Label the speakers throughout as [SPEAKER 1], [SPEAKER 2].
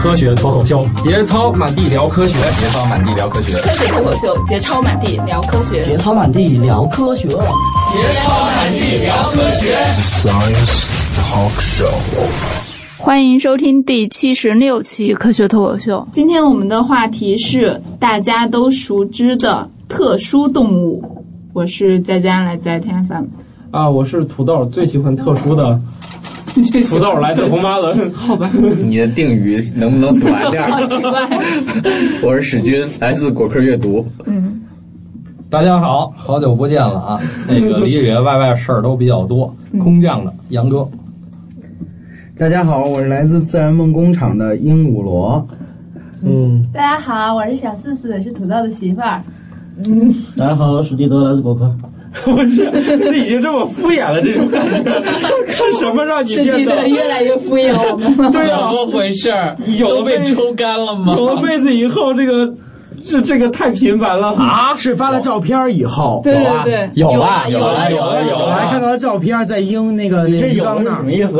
[SPEAKER 1] 科学脱口秀，节操满地聊科学，
[SPEAKER 2] 节操满地聊科学，
[SPEAKER 3] 科学脱口秀，节操满地聊科学，
[SPEAKER 4] 节操满地聊科学，节
[SPEAKER 5] 操满地聊科学。
[SPEAKER 6] Science Talk Show。
[SPEAKER 7] 欢迎收听第七十六期《科学脱口秀》。
[SPEAKER 3] 今天我们的话题是大家都熟知的特殊动物。我是佳佳，来自天饭。
[SPEAKER 1] 啊，我是土豆，最喜欢特殊的。土豆来自红八轮，
[SPEAKER 3] 好吧。
[SPEAKER 2] 你的定语能不能短点？
[SPEAKER 3] 好奇怪。
[SPEAKER 2] 我是史军，来自果壳阅读。
[SPEAKER 3] 嗯。
[SPEAKER 8] 大家好，好久不见了啊！那个里里外外事儿都比较多，
[SPEAKER 1] 嗯
[SPEAKER 8] 空降的杨哥。
[SPEAKER 9] 大家好，我是来自自然梦工厂的鹦鹉螺。
[SPEAKER 1] 嗯，
[SPEAKER 10] 大家好，我是小四四，是土豆的媳妇儿。
[SPEAKER 3] 嗯，
[SPEAKER 11] 大家好，我是地多，来自果壳。
[SPEAKER 1] 我去，这已经这么敷衍了，这种感觉是什么让你变
[SPEAKER 3] 得越来越敷衍我们了？
[SPEAKER 1] 对呀、
[SPEAKER 11] 啊，怎么回事？
[SPEAKER 1] 有
[SPEAKER 11] 的被抽干了吗？
[SPEAKER 1] 有了妹子以后，这个。这这个太频繁了
[SPEAKER 9] 啊！是发了照片以后，
[SPEAKER 3] 对对对，
[SPEAKER 8] 有啊
[SPEAKER 3] 了
[SPEAKER 1] 有啊
[SPEAKER 11] 啊
[SPEAKER 3] 了
[SPEAKER 1] 哎有了有了，
[SPEAKER 9] 还看到照片在英那个那
[SPEAKER 11] 是有
[SPEAKER 9] 了
[SPEAKER 11] 什么意思？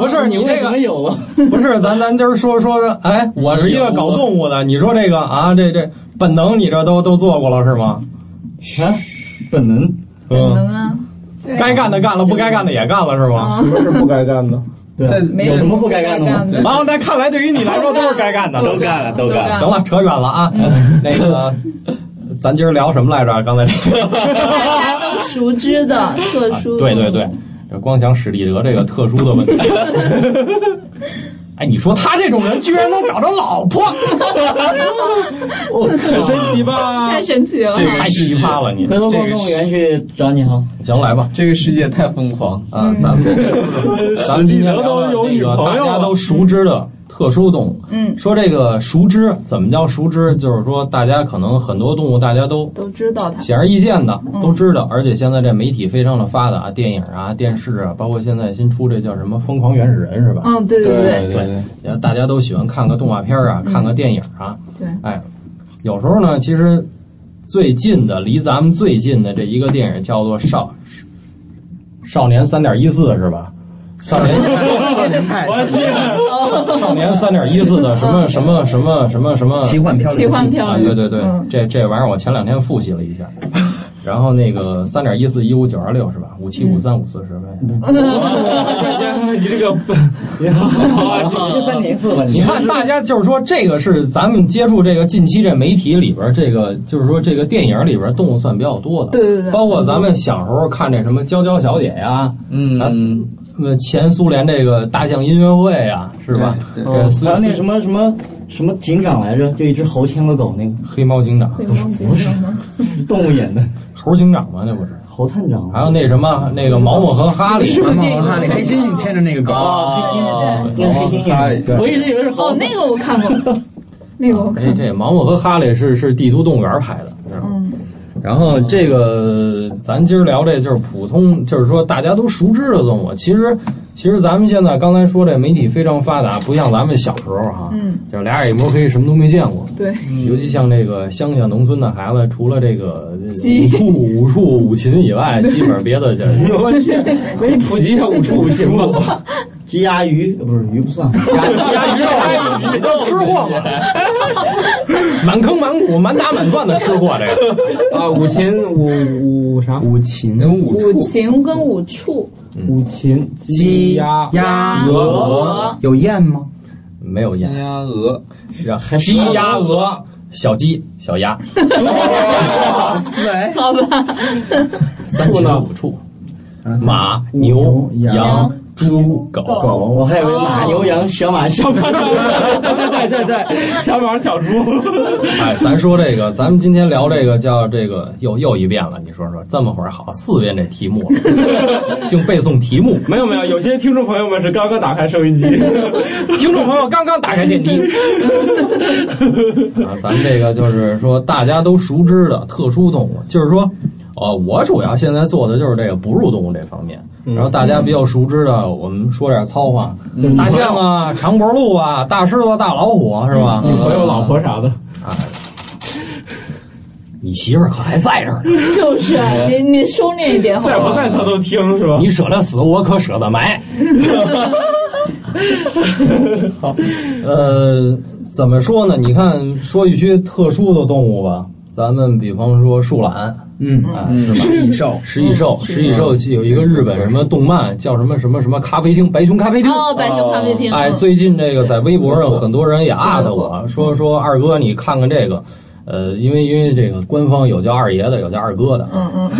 [SPEAKER 8] 不是你那个
[SPEAKER 11] 有了，
[SPEAKER 8] 不是咱咱今儿说说这，哎，我是一个搞动物的，你说这个啊，这这本能你这都都做过了是吗？
[SPEAKER 9] 哎
[SPEAKER 11] 啊，本能，
[SPEAKER 3] 本
[SPEAKER 1] 嗯
[SPEAKER 3] 能啊，
[SPEAKER 8] 该干的干了，不该干的也干了是吗？
[SPEAKER 1] 不是不该干的。
[SPEAKER 11] 嗯对，有什么不该干 的
[SPEAKER 8] 吗？啊，那看来对于你来说都是该干的，
[SPEAKER 2] 都干了，都干了。
[SPEAKER 8] 行了，扯远了啊。 那个，咱今儿聊什么来着？刚才
[SPEAKER 3] 大家都熟知的特殊，
[SPEAKER 8] 对对对，这光想史蒂德这个特殊的问题。哎，你说他这种人居然能找着老婆，
[SPEAKER 1] 我很神奇 吧？
[SPEAKER 3] 太神奇了，
[SPEAKER 2] 这个
[SPEAKER 8] 太奇葩了！你
[SPEAKER 11] 回头逛动物园去找你哈。
[SPEAKER 8] 行，来吧，
[SPEAKER 2] 这个世界太疯狂
[SPEAKER 8] 啊！咱们咱们今天聊
[SPEAKER 1] 有
[SPEAKER 8] 那个大家都熟知的特殊动物。
[SPEAKER 3] 嗯，
[SPEAKER 8] 说这个熟知怎么叫熟知？就是说大家可能很多动物大家都
[SPEAKER 3] 都知道它，
[SPEAKER 8] 显而易见的都知道，而且现在这媒体非常的发达，电影啊、电视啊，包括现在新出这叫什么《疯狂原始人》是吧？
[SPEAKER 3] 嗯，对
[SPEAKER 2] 对
[SPEAKER 3] 对
[SPEAKER 2] 对
[SPEAKER 8] 对，大家都喜欢看个动画片啊，看个电影啊。
[SPEAKER 3] 嗯对，
[SPEAKER 8] 哎，有时候呢，其实最近的离咱们最近的这一个电影叫做《少少年三点一四》是吧？少年
[SPEAKER 1] 我去，
[SPEAKER 3] 哦
[SPEAKER 8] 少年三点一四的什么什么什么什么什么
[SPEAKER 9] 奇幻漂流
[SPEAKER 3] 奇幻嗯漂
[SPEAKER 8] 啊？
[SPEAKER 3] 流，
[SPEAKER 8] 对对对，这这玩意儿我前两天复习了一下。然后那个三点一四一五九二六是吧？五七五三五四十呗。
[SPEAKER 1] 你这个，你好，
[SPEAKER 11] 就三点四吧，
[SPEAKER 8] 你看，大家就是说，这个是咱们接触这个近期这媒体里边儿，这个就是说这个电影里边儿动物算比较多的，
[SPEAKER 3] 对对对
[SPEAKER 8] 包括咱们小时候看这什么《娇娇小姐》呀，
[SPEAKER 2] 嗯，
[SPEAKER 8] 呃，前苏联这个大象音乐会呀，是吧？
[SPEAKER 2] 对
[SPEAKER 11] 还
[SPEAKER 8] 这斯
[SPEAKER 11] 有那什么什么什么警长来着，就一只猴牵个狗，那个
[SPEAKER 8] 黑猫警长、
[SPEAKER 3] 会忘记什么？
[SPEAKER 11] 是动物演的
[SPEAKER 8] 猴警长嘛，那不是？
[SPEAKER 11] 猴探长。
[SPEAKER 8] 还有那什么那个毛毛和哈利，
[SPEAKER 9] 什么哈利黑猩猩牵着那个狗，
[SPEAKER 2] 哦，
[SPEAKER 11] 那个黑猩猩，
[SPEAKER 2] 嗯
[SPEAKER 11] 我一直以为是猴
[SPEAKER 3] 哦，那个我看过，那个我看
[SPEAKER 8] 哎，
[SPEAKER 3] 过，
[SPEAKER 8] 这毛毛和哈利是是帝都动物园拍的，你知道吗？
[SPEAKER 3] 嗯，
[SPEAKER 8] 然后呃这个，咱今儿聊这就是普通，就是说大家都熟知的动物。其实，其实咱们现在刚才说这媒体非常发达，不像咱们小时候哈，
[SPEAKER 3] 嗯，
[SPEAKER 8] 就俩眼一摸黑，什么都没见过。
[SPEAKER 3] 对，
[SPEAKER 8] 尤其像这个乡下农村的孩子，除了这个
[SPEAKER 3] 鸡
[SPEAKER 8] 武术、武术、武琴以外，基本上别 的就是
[SPEAKER 1] 我去，给你普及一下武术行吧？
[SPEAKER 11] 鸡鸭鱼不是鱼不算，
[SPEAKER 8] 家鱼肉，你都吃货吗？ 满坑满谷、满打满算的吃货，这个
[SPEAKER 1] 啊，五禽五五啥？
[SPEAKER 8] 武琴、武
[SPEAKER 3] 五禽跟五畜，
[SPEAKER 1] 五禽
[SPEAKER 9] 鸡
[SPEAKER 1] 鸭
[SPEAKER 9] 鸭
[SPEAKER 1] 鹅
[SPEAKER 3] 鹅，
[SPEAKER 9] 有燕吗？
[SPEAKER 8] 没有
[SPEAKER 2] 天
[SPEAKER 8] 烟，
[SPEAKER 2] 鸭鹅，
[SPEAKER 8] 然后鸡、鸭、鹅、小鸡、小鸭。
[SPEAKER 9] 哇塞！
[SPEAKER 3] 好吧，
[SPEAKER 8] 三
[SPEAKER 1] 畜呢
[SPEAKER 8] 禽五畜，马、牛
[SPEAKER 9] 牛、
[SPEAKER 8] 羊
[SPEAKER 9] 羊、
[SPEAKER 8] 猪、狗。
[SPEAKER 11] 我
[SPEAKER 9] 狗
[SPEAKER 11] 还以为马牛羊小马小马。
[SPEAKER 1] 对对对对，小马小猪，
[SPEAKER 8] 哎，咱说这个，咱们今天聊这个叫这个又又一遍了，你说说，这么会儿好四遍这题目了，竟背诵题目。
[SPEAKER 1] 没有没有，有些听众朋友们是刚刚打开收 音机，
[SPEAKER 8] 听众朋友刚刚打开电梯。啊，咱们这个就是说大家都熟知的特殊动物，就是说，呃，我主要现在做的就是这个哺乳动物这方面。然后大家比较熟知的，我们说点糙话，
[SPEAKER 1] 嗯
[SPEAKER 8] 大象啊、长脖鹿啊、大狮子、大老虎啊是吧？
[SPEAKER 1] 女朋友、老婆啥的，
[SPEAKER 8] 你媳妇儿可还在这儿呢，
[SPEAKER 3] 就是啊你你收敛一点好
[SPEAKER 1] 在
[SPEAKER 3] 吗？
[SPEAKER 1] 不在他都听是吧？
[SPEAKER 8] 你舍得死，我可舍得埋。 好，呃，怎么说呢？你看，说一些特殊的动物吧，咱们比方说树懒，
[SPEAKER 9] 嗯
[SPEAKER 8] 啊，
[SPEAKER 9] 食蚁兽，嗯
[SPEAKER 8] 食蚁兽，食蚁兽有一个日本什么动漫叫什么什么什么咖啡厅，白熊咖啡厅。
[SPEAKER 3] 哦，百姓咖啡厅，
[SPEAKER 8] 哎，
[SPEAKER 3] 嗯
[SPEAKER 8] 最近这个在微博上很多人也艾特我说说二哥，你看看这个。呃，因为因为这个官方有叫二爷的，有叫二哥的，
[SPEAKER 3] 嗯嗯，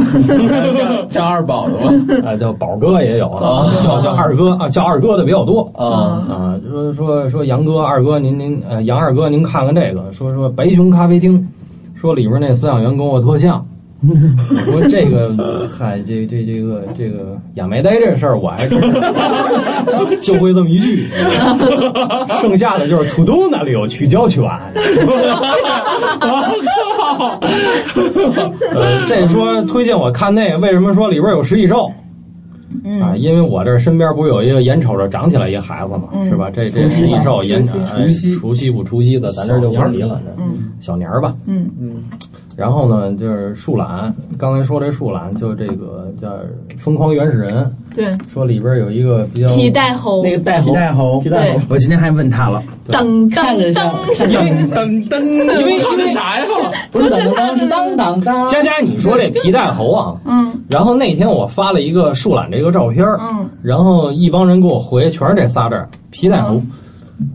[SPEAKER 2] 叫二宝的吗？
[SPEAKER 8] 啊、叫宝哥也有啊，
[SPEAKER 2] 哦
[SPEAKER 8] 叫叫二哥啊，叫二哥的比较多
[SPEAKER 2] 啊，
[SPEAKER 8] 啊。说说说杨哥、二哥，您您呃，杨二哥，您看看这个，说说白熊咖啡厅，说里边那饲养员跟我特像。我说这个，嗨，这这这个这个亚麻呆这事儿，我还真是就会这么一句，剩下的就是土豆那里有去郊犬。 呃，这说推荐我看那个，为什么说里边有食蚁兽？
[SPEAKER 3] 嗯
[SPEAKER 8] 啊，因为我这身边不是有一个眼瞅着长起来一孩子嘛，
[SPEAKER 3] 嗯
[SPEAKER 8] 是吧？这这食蚁兽眼
[SPEAKER 3] 熟悉
[SPEAKER 8] 哎除夕不除夕的，咱这就不提了，这
[SPEAKER 3] 嗯
[SPEAKER 8] 小年儿吧。
[SPEAKER 3] 嗯
[SPEAKER 8] 然后呢，就是树懒，刚才说这树懒，就这个叫《疯狂原始人
[SPEAKER 3] 对，》，
[SPEAKER 8] 说里边有一个比较
[SPEAKER 3] 皮带猴，
[SPEAKER 11] 那个带
[SPEAKER 9] 皮
[SPEAKER 11] 猴，
[SPEAKER 9] 带猴
[SPEAKER 11] 皮，带猴，
[SPEAKER 9] 我今天还问他了，
[SPEAKER 3] 噔
[SPEAKER 11] 看着
[SPEAKER 3] 噔
[SPEAKER 11] 像
[SPEAKER 3] 噔，
[SPEAKER 11] 像
[SPEAKER 9] 噔噔，
[SPEAKER 11] 因为
[SPEAKER 1] 看的啥呀？
[SPEAKER 11] 不是当当是当当当，
[SPEAKER 8] 佳佳，你说这皮带猴啊？
[SPEAKER 3] 嗯
[SPEAKER 8] 然后那天我发了一个树懒这个照片儿，
[SPEAKER 3] 嗯，
[SPEAKER 8] 然后一帮人给我回，全是这仨字儿，皮带
[SPEAKER 3] 嗯
[SPEAKER 8] 猴。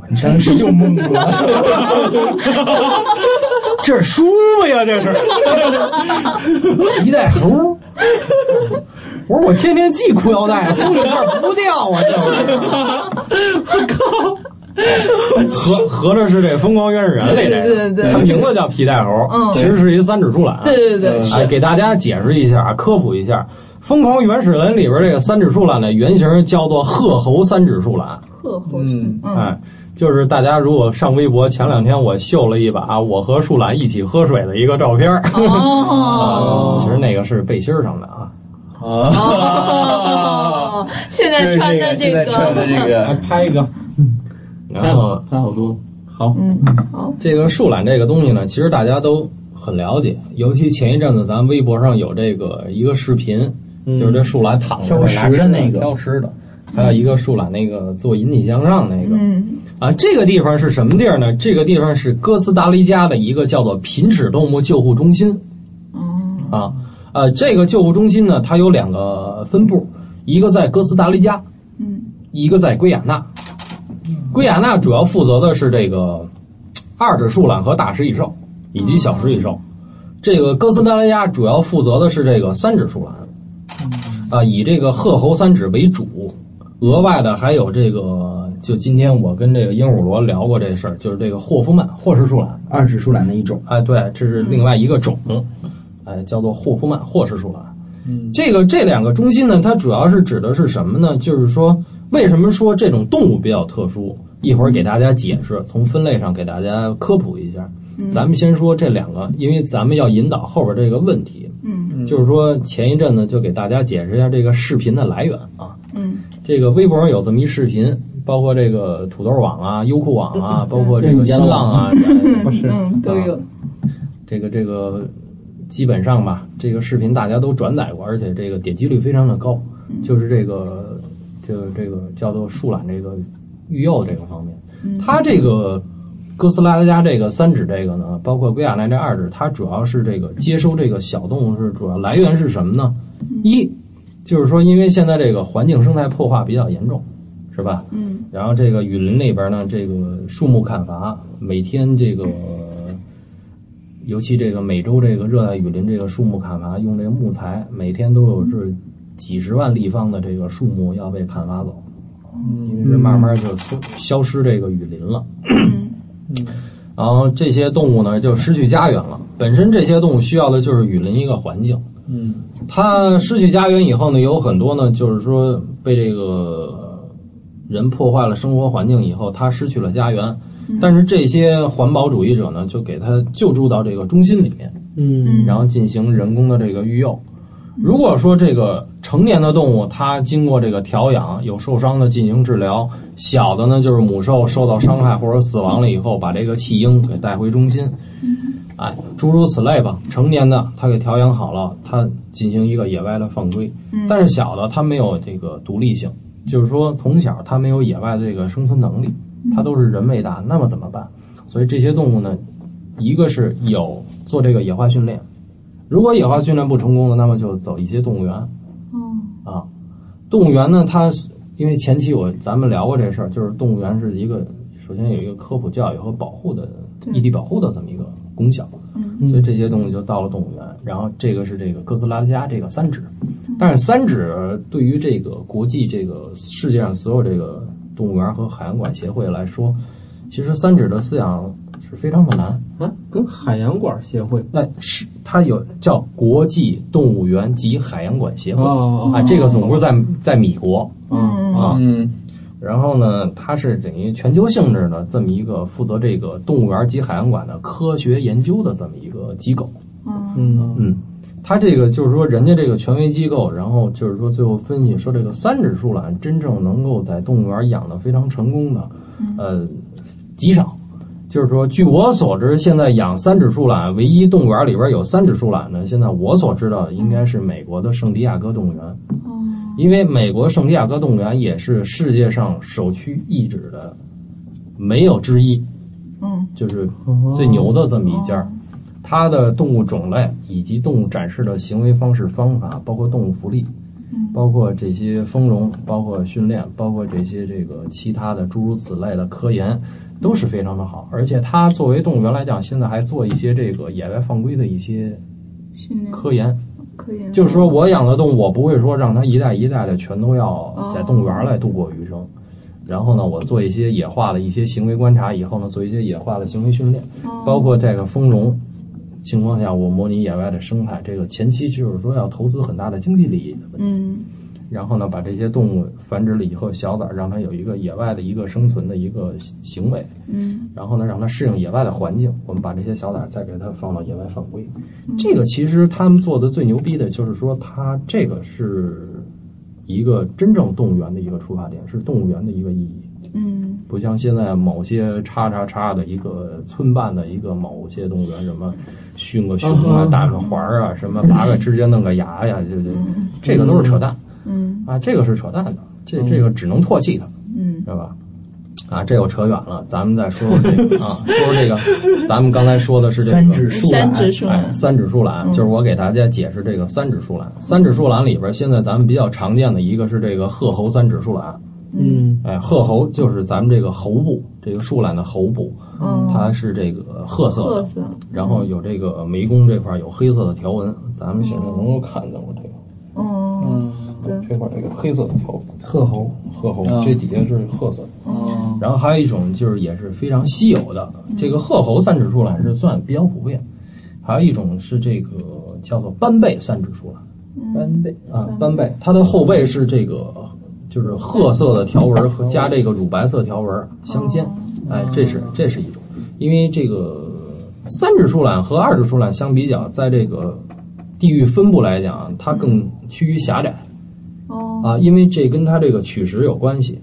[SPEAKER 9] 你真是又懵住了，
[SPEAKER 8] 这是书呀，这是皮带猴。我说我天天系裤腰带，松紧带不掉啊，这玩意儿。我靠！合合着是这《疯狂原始人》里这个，
[SPEAKER 3] 对对对
[SPEAKER 8] 它名字叫皮带猴，
[SPEAKER 3] 嗯
[SPEAKER 8] 其实是一三指树懒。
[SPEAKER 3] 对对对，
[SPEAKER 8] 哎，给大家解释一下，科普一下，《疯狂原始人》里边这个三指树懒的原型叫做鹤猴三指树懒。
[SPEAKER 3] 鹤猴，
[SPEAKER 2] 嗯，
[SPEAKER 3] 嗯
[SPEAKER 8] 哎，就是大家如果上微博，前两天我秀了一把我和树懒一起喝水的一个照片儿。
[SPEAKER 3] 哦。
[SPEAKER 8] 啊，其实那个是背心儿上的啊，
[SPEAKER 3] 哦，现在穿的这
[SPEAKER 2] 现在穿的这
[SPEAKER 3] 个，
[SPEAKER 1] 来
[SPEAKER 2] 个，
[SPEAKER 1] 拍一个，
[SPEAKER 8] 然后
[SPEAKER 11] 看好多，
[SPEAKER 3] 嗯，好，
[SPEAKER 8] 这个树懒这个东西呢，其实大家都很了解，尤其前一阵子咱微博上有这个一个视频，就是这树懒躺着
[SPEAKER 9] 挑食的嗯那个
[SPEAKER 8] 挑食的，还有一个树懒那个做引体向上那个
[SPEAKER 3] 嗯
[SPEAKER 8] 啊，这个地方是什么地儿呢？这个地方是哥斯达黎加的一个叫做濒齿动物救护中心。
[SPEAKER 3] 嗯
[SPEAKER 8] 啊，呃，这个救护中心呢，它有两个分部，一个在哥斯达黎加，
[SPEAKER 3] 嗯
[SPEAKER 8] 一个在圭亚那。圭亚那主要负责的是这个二指树懒和大食蚁兽以及小食蚁兽，这个哥斯达黎加主要负责的是这个三指树懒，啊，以这个鹤猴三指为主，额外的还有这个，就今天我跟这个鹦鹉螺聊过这事儿，就是这个霍夫曼霍氏树懒。
[SPEAKER 9] 二指树懒的一种，
[SPEAKER 8] 哎，对，这是
[SPEAKER 3] 嗯
[SPEAKER 8] 另外一个种，哎，叫做霍夫曼霍氏树懒。
[SPEAKER 2] 嗯，
[SPEAKER 8] 这个这两个中心呢，它主要是指的是什么呢？就是说，为什么说这种动物比较特殊？一会儿给大家解释，从分类上给大家科普一下。
[SPEAKER 3] 嗯
[SPEAKER 8] 咱们先说这两个，因为咱们要引导后边这个问题，
[SPEAKER 3] 嗯
[SPEAKER 8] 就是说前一阵子就给大家解释一下这个视频的来源啊。
[SPEAKER 3] 嗯
[SPEAKER 8] 这个微博上有这么一视频，包括这个土豆网啊、优酷网啊，包括这个新浪啊，
[SPEAKER 1] 不是
[SPEAKER 3] 嗯，都有，
[SPEAKER 8] 这个这个基本上吧，这个视频大家都转载过，而且这个点击率非常的高，就是这个这个这个叫做树懒这个育幼这个方面，它这个。哥斯达黎加这个三指这个呢，包括圭亚那这二指，它主要是这个接收这个小动物是主要来源是什么呢？一就是说，因为现在这个环境生态破坏比较严重，是吧？
[SPEAKER 3] 嗯
[SPEAKER 8] 然后这个雨林里边呢，这个树木砍伐，每天这个，尤其这个美洲这个热带雨林这个树木砍伐，用这个木材，每天都有这几十万立方的这个树木要被砍伐走，因为是慢慢就消消失这个雨林了。嗯然后这些动物呢就失去家园了。本身这些动物需要的就是雨林一个环境。
[SPEAKER 2] 嗯，
[SPEAKER 8] 它失去家园以后呢，有很多呢，就是说被这个人破坏了生活环境以后，它失去了家园。但是这些环保主义者呢，就给它救助到这个中心里面，
[SPEAKER 3] 嗯，
[SPEAKER 8] 然后进行人工的这个育幼。如果说这个成年的动物，它经过这个调养，有受伤的进行治疗，小的呢就是母兽受到伤害或者死亡了以后，把这个弃婴给带回中心，哎，诸如此类吧。成年的它给调养好了，它进行一个野外的放归，但是小的它没有这个独立性，就是说从小它没有野外的这个生存能力，它都是人喂大，那么怎么办？所以这些动物呢，一个是有做这个野化训练，如果野化训练不成功了，那么就走一些动物园。
[SPEAKER 3] 哦，
[SPEAKER 8] 啊，动物园呢，它因为前期我咱们聊过这事儿，就是动物园是一个首先有一个科普教育和保护的
[SPEAKER 3] 对
[SPEAKER 8] 异地保护的这么一个功效，
[SPEAKER 3] 嗯
[SPEAKER 8] 所以这些动物就到了动物园。然后这个是这个哥斯拉加这个三指，但是三指对于这个国际这个世界上所有这个动物园和海洋馆协会来说，其实三指的饲养是非常的难。
[SPEAKER 1] 啊，跟海洋馆协会
[SPEAKER 8] 那是它有叫国际动物园及海洋馆协会
[SPEAKER 1] 哦哦哦
[SPEAKER 8] 啊，这个总部在在米国
[SPEAKER 1] 啊
[SPEAKER 8] 啊，
[SPEAKER 2] 嗯，
[SPEAKER 8] 然后呢，它是等于全球性质的这么一个负责这个动物园及海洋馆的科学研究的这么一个机构。
[SPEAKER 1] 嗯
[SPEAKER 8] 嗯，它这个就是说人家这个权威机构，然后就是说最后分析说这个三指树懒真正能够在动物园养的非常成功的，呃，极少。就是说，据我所知，现在养三指树懒，唯一动物园里边有三指树懒的，现在我所知道的应该是美国的圣地亚哥动物园。因为美国圣地亚哥动物园也是世界上首屈一指的，没有之一，
[SPEAKER 3] 嗯，
[SPEAKER 8] 就是最牛的这么一家儿。它的动物种类以及动物展示的行为方式方法，包括动物福利，
[SPEAKER 3] 嗯
[SPEAKER 8] 包括这些丰容，包括训练，包括这些这个其他的诸如此类的科研，都是非常的好。而且它作为动物园来讲，现在还做一些这个野外放归的一些
[SPEAKER 3] 训练
[SPEAKER 8] 科研，
[SPEAKER 3] 科研
[SPEAKER 8] 就是说我养的动物，我不会说让它一代一代的全都要在动物园来度过余生。然后呢，我做一些野化的一些行为观察，以后呢，做一些野化的行为训练，
[SPEAKER 3] 哦
[SPEAKER 8] 包括这个丰容情况下，我模拟野外的生态。这个前期就是说要投资很大的经济利益的问题。
[SPEAKER 3] 嗯
[SPEAKER 8] 然后呢，把这些动物繁殖了以后，小崽儿让它有一个野外的一个生存的一个行为，
[SPEAKER 3] 嗯，
[SPEAKER 8] 然后呢，让它适应野外的环境。我们把这些小崽儿再给它放到野外放归。
[SPEAKER 3] 嗯
[SPEAKER 8] 这个其实他们做的最牛逼的就是说，它这个是一个真正动物园的一个出发点，是动物园的一个意义。
[SPEAKER 3] 嗯
[SPEAKER 8] 不像现在某些叉叉叉的一个村办的一个某些动物园，什么训个熊
[SPEAKER 3] 嗯
[SPEAKER 8] 啊、打个环儿啊、什么拔个指甲、弄个牙呀，就就这个都是扯淡
[SPEAKER 3] 嗯
[SPEAKER 8] 啊，这个是扯淡的，这这个只能唾弃它，
[SPEAKER 3] 嗯
[SPEAKER 8] 是吧？啊，这又扯远了，咱们再说说这个啊， 说说这个，咱们刚才说的是这个
[SPEAKER 9] 三指树
[SPEAKER 3] 山
[SPEAKER 9] 懒，
[SPEAKER 3] 指树
[SPEAKER 8] 哎，三指树懒，就是我给大家解释这个三指树懒。三指树懒里边，现在咱们比较常见的一个是这个鹤猴三指树懒，
[SPEAKER 1] 嗯
[SPEAKER 8] 哎，鹤猴就是咱们这个猴部，这个树懒的猴部，
[SPEAKER 3] 哦，
[SPEAKER 8] 它是这个褐色
[SPEAKER 3] 特
[SPEAKER 8] 的，
[SPEAKER 3] 色
[SPEAKER 8] 然后有这个眉弓这块有黑色的条纹，咱们现在能够看见我这个
[SPEAKER 3] 哦
[SPEAKER 2] 嗯，
[SPEAKER 8] 这块有一个黑色的条纹，
[SPEAKER 9] 鹤猴，
[SPEAKER 8] 鹤猴
[SPEAKER 2] 嗯
[SPEAKER 8] 这底下是褐色的。
[SPEAKER 2] 哦，
[SPEAKER 8] 然后还有一种就是也是非常稀有的，这个鹤猴三指树懒是算比较普遍，还有一种是这个叫做斑背三指树懒
[SPEAKER 2] 斑背，
[SPEAKER 8] 啊，斑背，它的后背是这个就是褐色的条纹和加这个乳白色条纹相间，哎，这是这是一种，因为这个三指树懒和二指树懒相比较，在这个地域分布来讲，它更趋于狭窄。
[SPEAKER 3] 哦
[SPEAKER 8] 啊，因为这跟它这个取食有关系，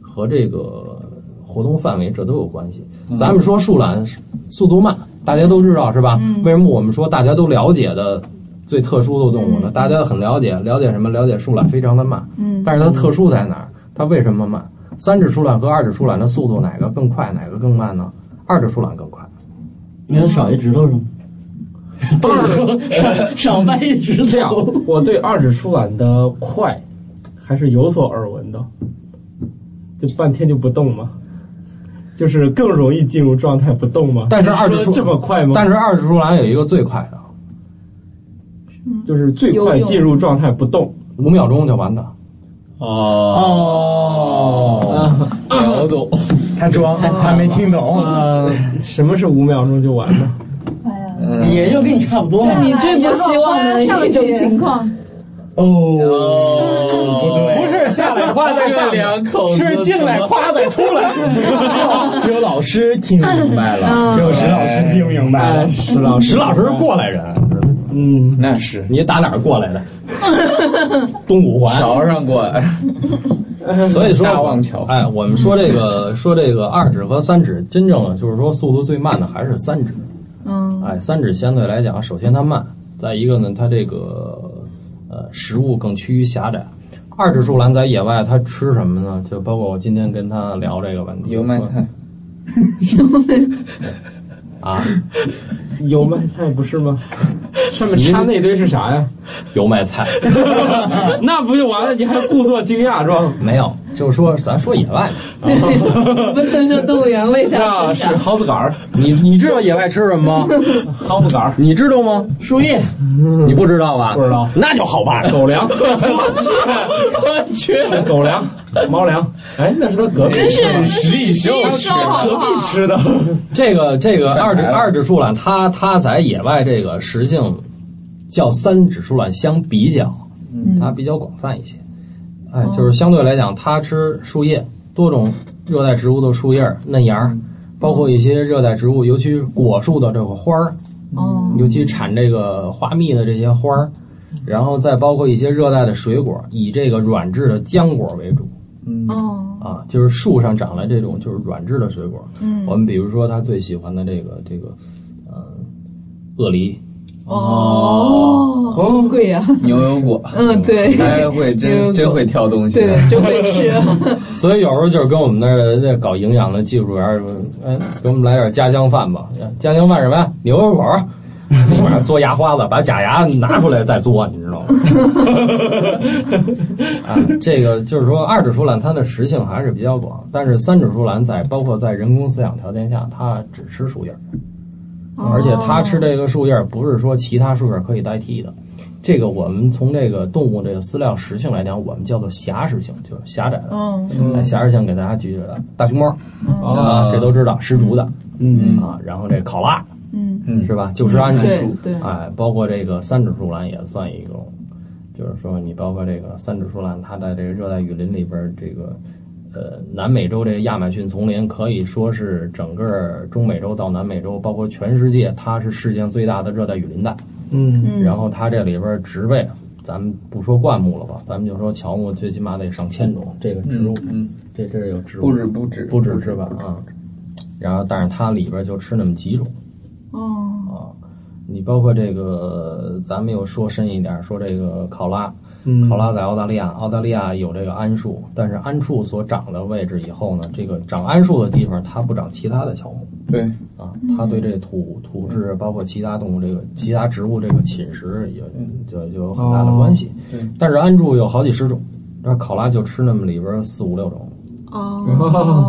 [SPEAKER 8] 和这个活动范围这都有关系。咱们说树懒是速度慢，大家都知道是吧？
[SPEAKER 3] 嗯
[SPEAKER 8] 为什么我们说大家都了解的最特殊的动物呢？大家很了解，了解什么？了解树懒非常的慢，
[SPEAKER 3] 嗯
[SPEAKER 8] 但是它特殊在哪儿？它为什么慢？三指树懒和二指树懒的速度哪个更快，哪个更慢呢？二指树懒更快。
[SPEAKER 11] 没有少一指头是吗？少少掰一指头。
[SPEAKER 1] 这样，我对二指舒婉的快还是有所耳闻的，就半天就不动吗？就是更容易进入状态不动吗？
[SPEAKER 8] 但是二指
[SPEAKER 1] 说
[SPEAKER 8] 树
[SPEAKER 1] 这么快吗？
[SPEAKER 8] 但是二指树懒有一个最快的，
[SPEAKER 1] 就是最快进入状态不动，
[SPEAKER 8] 五秒钟就完的。
[SPEAKER 2] 哦，
[SPEAKER 1] 啊
[SPEAKER 2] 搞懂，
[SPEAKER 9] 他装，他没听懂。
[SPEAKER 1] 呃，什么是五秒钟就完呢？
[SPEAKER 10] 哎呀，
[SPEAKER 11] 嗯也就跟你差不多嘛。
[SPEAKER 7] 你最不希望的一种情况。
[SPEAKER 3] 况，
[SPEAKER 2] 哦，
[SPEAKER 9] 不
[SPEAKER 2] 是下来夸在上两口子，是进来夸在出
[SPEAKER 9] 只有老师听明白了，只有石老师听明白
[SPEAKER 1] 哎，
[SPEAKER 9] 了。
[SPEAKER 1] 石老师，
[SPEAKER 9] 石老师是过来人，
[SPEAKER 1] 嗯，
[SPEAKER 2] 那是
[SPEAKER 8] 你打哪儿过来的？东五环。
[SPEAKER 2] 桥上过来，
[SPEAKER 8] 所以说，
[SPEAKER 2] 大望桥
[SPEAKER 8] 哎，我们说这个说这个二指和三指，真正的就是说速度最慢的还是三指。
[SPEAKER 3] 嗯
[SPEAKER 8] 哎，三指相对来讲，首先它慢，再一个呢，它这个呃食物更趋于狭窄，二指树懒在野外它吃什么呢？就包括我今天跟他聊这个问题。
[SPEAKER 11] 油麦 菜。
[SPEAKER 8] 啊，
[SPEAKER 1] 油麦菜不是吗？上面插那堆是啥呀？
[SPEAKER 8] 油麦菜。
[SPEAKER 1] 那不就完了？你还故作惊讶装？
[SPEAKER 8] 没有，就是说咱说野外。
[SPEAKER 12] 不是说动物园喂它
[SPEAKER 1] 吃啥？是蒿子杆儿。
[SPEAKER 8] 你你知道野外吃什么吗？
[SPEAKER 1] 蒿子杆儿。
[SPEAKER 8] 你知道吗？
[SPEAKER 11] 树叶。
[SPEAKER 8] 你不知道吧？
[SPEAKER 1] 不知道。
[SPEAKER 8] 那就好办，
[SPEAKER 1] 狗 粮。
[SPEAKER 2] 我去，我去，
[SPEAKER 1] 狗粮。猫粮，哎，那是他隔壁，
[SPEAKER 12] 真是啊
[SPEAKER 2] 食蚁兽，啊
[SPEAKER 1] 隔壁吃的。
[SPEAKER 8] 这个这个二指二指树懒，它它在野外这个食性，较三指树懒相比较，它比较广泛一些。哎，就是相对来讲，它吃树叶，多种热带植物的树叶、嫩芽，包括一些热带植物，尤其果树的这个花儿，
[SPEAKER 12] 哦
[SPEAKER 8] 尤其产这个花蜜的这些花儿，然后再包括一些热带的水果，以这个软质的浆果为主。
[SPEAKER 11] 嗯
[SPEAKER 12] 哦
[SPEAKER 8] 啊，就是树上长了这种就是软质的水果。
[SPEAKER 12] 嗯
[SPEAKER 8] 我们比如说他最喜欢的这个这个，呃，鳄梨。
[SPEAKER 12] 哦，好贵呀！
[SPEAKER 11] 牛油果，
[SPEAKER 12] 嗯，对，
[SPEAKER 11] 哎，会
[SPEAKER 12] 牛油果
[SPEAKER 11] 真真会挑东西的。
[SPEAKER 12] 对，就会吃。
[SPEAKER 8] 所以有时候就是跟我们那儿的搞营养的技术员儿说，哎，给我们来点家乡饭吧。家乡饭什么呀？牛油果。立马嘬牙花子，把假牙拿出来再嘬，你知道吗？ 啊，这个就是说，二指树懒它的食性还是比较广，但是三指树懒在包括在人工饲养条件下，它只吃树叶儿，而且它吃这个树叶儿不是说其他树叶儿可以代替的。这个我们从这个动物这个饲料食性来讲，我们叫做狭食性，就是狭窄的。
[SPEAKER 12] 嗯
[SPEAKER 8] 来，狭食性给大家举举来，大熊猫
[SPEAKER 1] 啊
[SPEAKER 8] 啊，这都知道，吃竹的，
[SPEAKER 1] 嗯
[SPEAKER 8] 啊，然后这烤腊
[SPEAKER 12] 嗯，
[SPEAKER 11] 嗯，
[SPEAKER 8] 是吧？就吃桉
[SPEAKER 12] 对
[SPEAKER 8] 树，
[SPEAKER 12] 对，
[SPEAKER 8] 哎，包括这个三指树懒也算一种，就是说你包括这个三指树懒，它在这个热带雨林里边儿，这个呃南美洲这个亚马逊丛林可以说是整个中美洲到南美洲，包括全世界，它是世界上最大的热带雨林带。
[SPEAKER 1] 嗯，
[SPEAKER 12] 嗯
[SPEAKER 8] 然后它这里边儿植被，咱们不说灌木了吧，咱们就说乔木，最起码得上千种这个植物，
[SPEAKER 11] 嗯，
[SPEAKER 8] 这这有植物，
[SPEAKER 11] 不止不止
[SPEAKER 8] 不止是吧？啊，然后但是它里边就吃那么几种
[SPEAKER 12] 哦，
[SPEAKER 8] 啊。你包括这个，咱们又说深一点，说这个考拉，
[SPEAKER 1] 嗯
[SPEAKER 8] 考 拉在澳大利亚，澳大利亚有这个桉树，但是桉树所长的位置以后呢，这个长桉树的地方它不长其他的乔木
[SPEAKER 11] 对，
[SPEAKER 8] 啊，它对这土土质包括其他动物这个其他植物这个侵蚀有就就有很大的关系。
[SPEAKER 11] 对
[SPEAKER 8] 但是桉树有好几十种，但是考拉就吃那么里边四五六种
[SPEAKER 12] 哦，